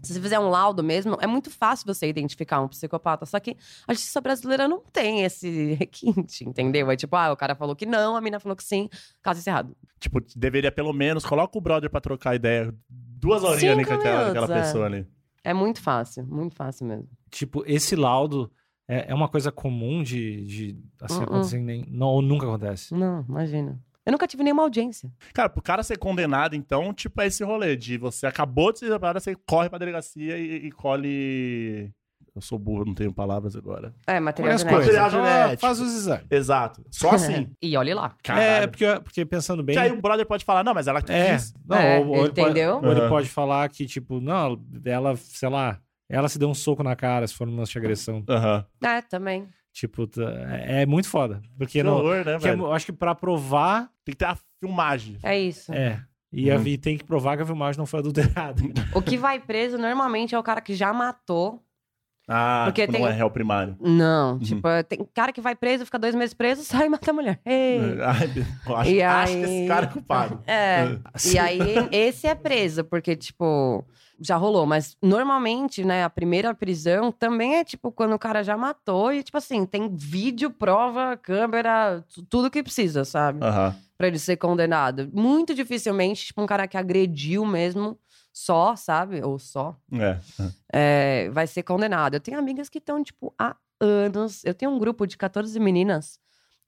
se você fizer um laudo mesmo, é muito fácil você identificar um psicopata. Só que a justiça brasileira não tem esse requinte, entendeu? É tipo, ah, o cara falou que não, a mina falou que sim, caso encerrado. Tipo, deveria pelo menos, coloca o brother pra trocar ideia. Duas horinhas Cinco ali com aquela, minutos, aquela é. pessoa ali. É muito fácil, muito fácil mesmo. tipo, esse laudo é, é uma coisa comum de, de assim, Uh-uh. acontecer, nem, não, ou nunca acontece. Não, imagina. Eu nunca tive nenhuma audiência. Cara, pro cara ser condenado, então, tipo, é esse rolê de você acabou de ser separado, você corre pra delegacia e, e colhe Eu sou burro, não tenho palavras agora. É, material Conhece genético. coisa. Material Então, genético. faz os exames. Exato. Só assim. E olhe lá. É, porque, porque pensando bem. Que aí o brother pode falar, não, mas ela que É, quis. não, É, ou, ou ele entendeu? Pode, ou ele Aham. pode falar que, tipo, não, ela, sei lá, ela se deu um soco na cara se for uma agressão. Aham. É, também. Tipo, tá- é é muito foda. Porque Que não. horror, né, que é- velho? eu acho que pra provar. Tem que ter a filmagem. É isso. É. E Uhum. a Vi tem que provar que a filmagem não foi adulterada. O que vai preso normalmente é o cara que já matou. Ah, Porque tipo, não tem- é réu primário. Não, tipo, tem cara que vai preso, fica dois meses preso, sai e mata a mulher. Ei. É, Ai, eu acho, E acho aí- que esse cara é culpado. É. E aí, esse é preso, porque, tipo, já rolou. Mas normalmente, né, a primeira prisão também é, tipo, quando o cara já matou e, tipo assim, tem vídeo, prova, câmera, tu- tudo que precisa, sabe? Aham. Pra ele ser condenado. Muito dificilmente, tipo, um cara que agrediu mesmo, só, sabe? Ou só, É. é, vai ser condenado. Eu tenho amigas que estão, tipo, há anos. Eu tenho um grupo de 14 meninas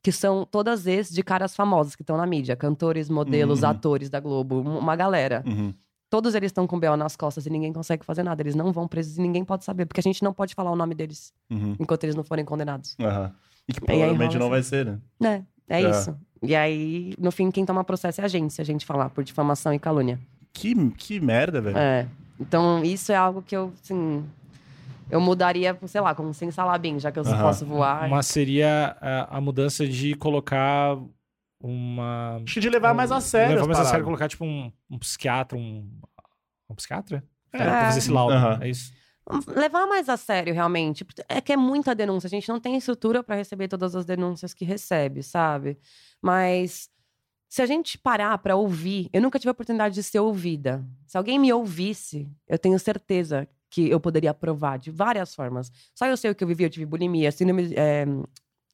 que são todas ex de caras famosos que estão na mídia. Cantores, modelos, Uhum. atores da Globo, um- uma galera. Uhum. Todos eles estão com B.O. nas costas e ninguém consegue fazer nada. Eles não vão presos e ninguém pode saber, porque a gente não pode falar o nome deles Uhum. enquanto eles não forem condenados. Aham. E que aí provavelmente rola não vai ser, né? É, é, É. isso. E aí, no fim, quem toma processo é a gente, se a gente falar por difamação e calúnia. Que, que merda, velho. É. Então, isso é algo que eu, assim. Eu mudaria, sei lá, como sem salabim, já que eu só Aham. posso voar. Mas seria a, a mudança de colocar uma. Acho que de levar mais a sério. Levar mais a as sério paradas. colocar, tipo, um, um psiquiatra, um. Um psiquiatra? É. pra fazer esse laudo. Aham. É isso. levar mais a sério, realmente. Porque É que é muita denúncia. A gente não tem estrutura para receber todas as denúncias que recebe, sabe? Mas se a gente parar para ouvir, eu nunca tive a oportunidade de ser ouvida. Se alguém me ouvisse, eu tenho certeza que eu poderia provar de várias formas. Só eu sei o que eu vivi. Eu tive bulimia, síndrome eh,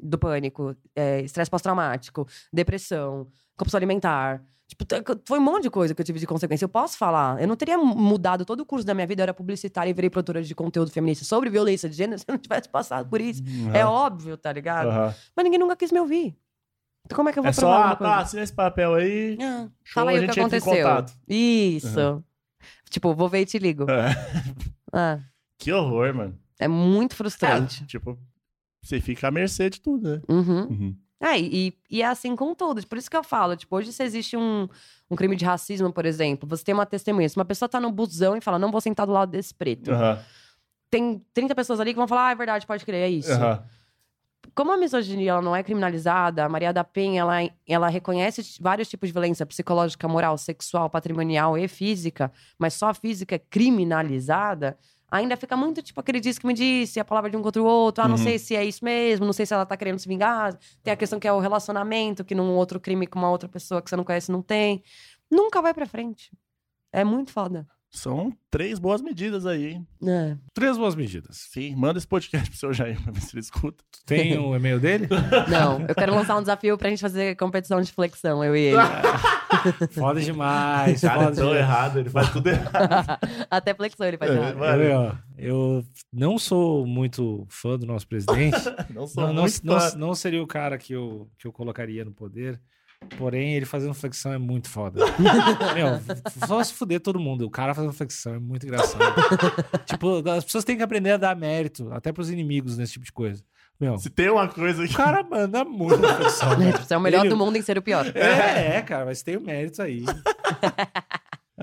do pânico, eh, estresse pós-traumático, depressão, compulsão alimentar. Tipo, t- foi um monte de coisa que eu tive de consequência. Eu posso falar. Eu não teria mudado todo o curso da minha vida. Eu era publicitária e virei produtora de conteúdo feminista sobre violência de gênero se eu não tivesse passado por isso. É Aham. óbvio, tá ligado? Aham. Mas ninguém nunca quis me ouvir. Então como é que eu vou É só, provar alguma ah, coisa? tá, assina esse papel aí. Ah, Show, Fala aí a o gente que entra em aconteceu. contato. Isso. Tipo, vou ver e te ligo. É. Ah, Que horror, mano. é muito frustrante. É, tipo, você fica à mercê de tudo, né? Uhum. É, e, e é assim com todos. Por isso que eu falo, tipo, hoje se existe um, um crime de racismo, por exemplo, você tem uma testemunha. Se uma pessoa tá no busão e fala, não vou sentar do lado desse preto. Aham. Tem 30 pessoas ali que vão falar, ah, é verdade, pode crer, é isso. Aham. Como a misoginia ela não é criminalizada, a Maria da Penha, ela, ela reconhece t- vários tipos de violência psicológica, moral, sexual, patrimonial e física, mas só a física é criminalizada, ainda fica muito tipo aquele disse que me disse, a palavra de um contra o outro, ah, não Uhum. sei se é isso mesmo, não sei se ela tá querendo se vingar, tem a questão que é o relacionamento, que num outro crime com uma outra pessoa que você não conhece não tem. Nunca vai pra frente. É muito foda. São três boas medidas aí, hein? É. Três boas medidas. Sim, manda esse podcast pro seu Jair pra ver se ele escuta. Tu tem o e-mail dele? Não, eu quero lançar um desafio pra gente fazer competição de flexão, eu e ele. Foda demais. Cara, foda é tão demais. errado, ele faz tudo errado. Até flexão ele faz. É, errado. Mano. Eu, ó, eu não sou muito fã do nosso presidente. Não sou não, não, muito não- fã. não seria o cara que eu, que eu colocaria no poder. Porém, ele fazendo flexão é muito foda. Meu, só se fuder todo mundo. O cara fazendo flexão é muito engraçado. tipo, as pessoas têm que aprender a dar mérito, até pros inimigos nesse tipo de coisa. Meu, Se tem uma coisa que... o cara manda muito na flexão. Né? velho. Tipo, Você é o melhor Ele- do mundo em ser o pior. É, é, cara, mas tem o mérito aí.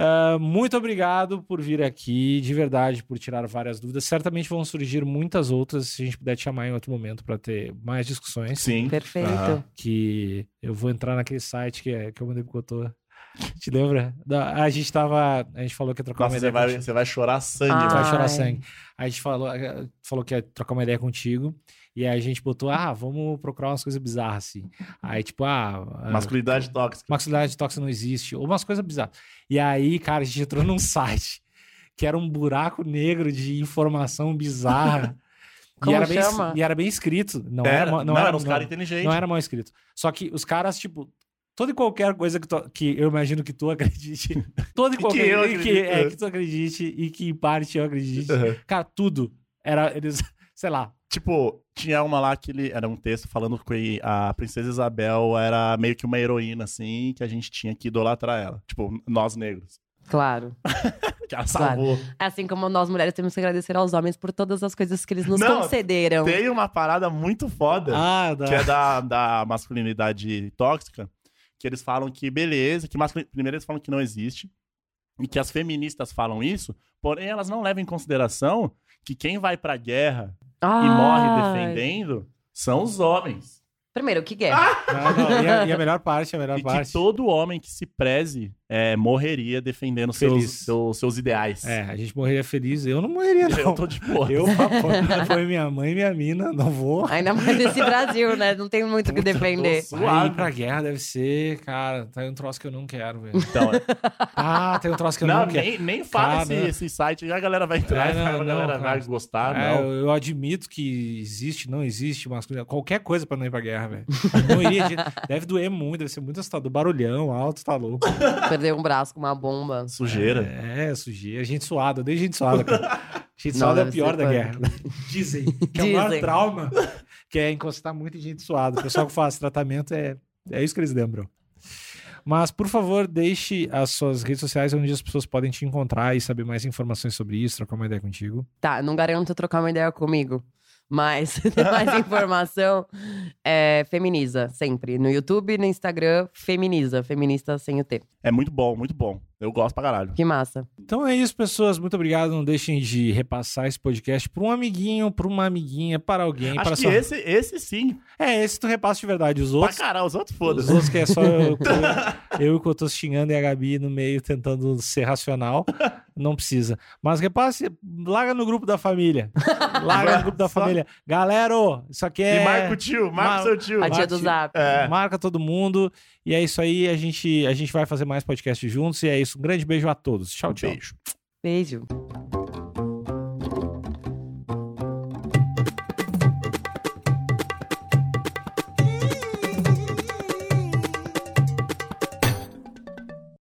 Ah, muito obrigado por vir aqui, de verdade, por tirar várias dúvidas. Certamente vão surgir muitas outras se a gente puder te chamar em outro momento para ter mais discussões. Sim. Perfeito. Ah. Aham. Que eu vou entrar naquele site que, é- que eu mandei pro Cotô. Te lembra? Da- a gente tava. A gente falou que ia trocar Nossa, uma você ideia. vai, contigo. você vai chorar sangue. Ah. Tu vai chorar Ai. sangue. A gente falou, falou que ia trocar uma ideia contigo. E aí a gente botou, ah, vamos procurar umas coisas bizarras, assim. Aí, tipo, ah. ah, Masculinidade tóxica. Maxilar de tóxico não existe. Ou umas coisas bizarras. E aí, cara, a gente entrou num site que era um buraco negro de informação bizarra. Como e, era chama? Bem, e era bem escrito. Não era, Era, mo- não, não era, era uns não- caras inteligentes. não é era mal escrito. Só que os caras, tipo, toda e qualquer coisa que, tu- que eu imagino que tu acredite. Toda e Que qualquer eu e que, acredito. é, que tu acredite e que em parte eu acredite. Aham. Cara, tudo. Era, eles, sei lá. Tipo, tinha uma lá que ele... Era um texto falando que a princesa Isabel era meio que uma heroína, assim, que a gente tinha que idolatrar ela. Tipo, nós negros. Claro. Que ela salvou. Então Assim como nós mulheres temos que agradecer aos homens por todas as coisas que eles nos Não, concederam. Tem uma parada muito foda. Ah, dá. que é da, da masculinidade tóxica, que eles falam que beleza, que masculin... primeiro eles falam que não existe, e que as feministas falam isso, porém elas não levam em consideração que quem vai pra guerra e morre Ai. defendendo Ah! são os homens. Primeiro, que é? guerra. Não, não, E, a, e a melhor parte, a melhor e parte. que todo homem que se preze é, morreria defendendo seus, Feliz. seus, seus ideais. É, a gente morreria feliz. Eu não morreria, não. Eu tô de boa. Eu, foi minha mãe e minha mina, não vou. Ainda mais nesse Brasil, né? Não tem muito o que defender. tô Aí suave. pra guerra deve ser, cara, tá um troço que eu não quero, velho. Então, é. Ah, tem um troço que eu não, não, quero. nem, nem fala esse, Cara. esse site, a galera vai entrar, É, não, a não, galera vai cara. gostar, É, não. eu, eu admito que existe, não existe masculinidade. Qualquer coisa pra não ir pra guerra, velho. Não iria. de- Deve doer muito, deve ser muito assustador. Barulhão, alto, tá louco. Perder um braço com uma bomba. Sujeira. É, sujeira, gente suada, desde gente suada, cara. Gente Não, suada é deve o pior ser da guerra. pânico. Dizem que é o maior Dizem. trauma que é encostar muito em gente suada. O pessoal que faz tratamento é, é isso que eles lembram. Mas, por favor, deixe as suas redes sociais onde as pessoas podem te encontrar e saber mais informações sobre isso, trocar uma ideia contigo. Tá, não garanto trocar uma ideia comigo. Mas se tem mais informação, é, feminiza, sempre. No YouTube, no Instagram, feminiza. Feminista sem o T. É muito bom, muito bom. Eu gosto pra caralho. Que massa. Então é isso, pessoas. Muito obrigado. Não deixem de repassar esse podcast para um amiguinho, para uma amiguinha, para alguém. Acho para que sua- esse, esse sim. É, esse tu repassa de verdade. Os Pra outros. caralho, os outros Os foda-se. outros que é só eu, eu, eu que eu tô xingando e a Gabi no meio tentando ser racional. Não precisa. Mas repasse, larga no grupo da família. Larga no grupo da Só- família. Galera, ô, isso aqui é. E marca o tio, marca Ma- o seu tio. A tia Bate- do Zap. é. Marca todo mundo. E é isso aí. A gente, a gente vai fazer mais podcast juntos. E é isso. Um grande beijo a todos. Tchau, tchau. Beijo. Beijo.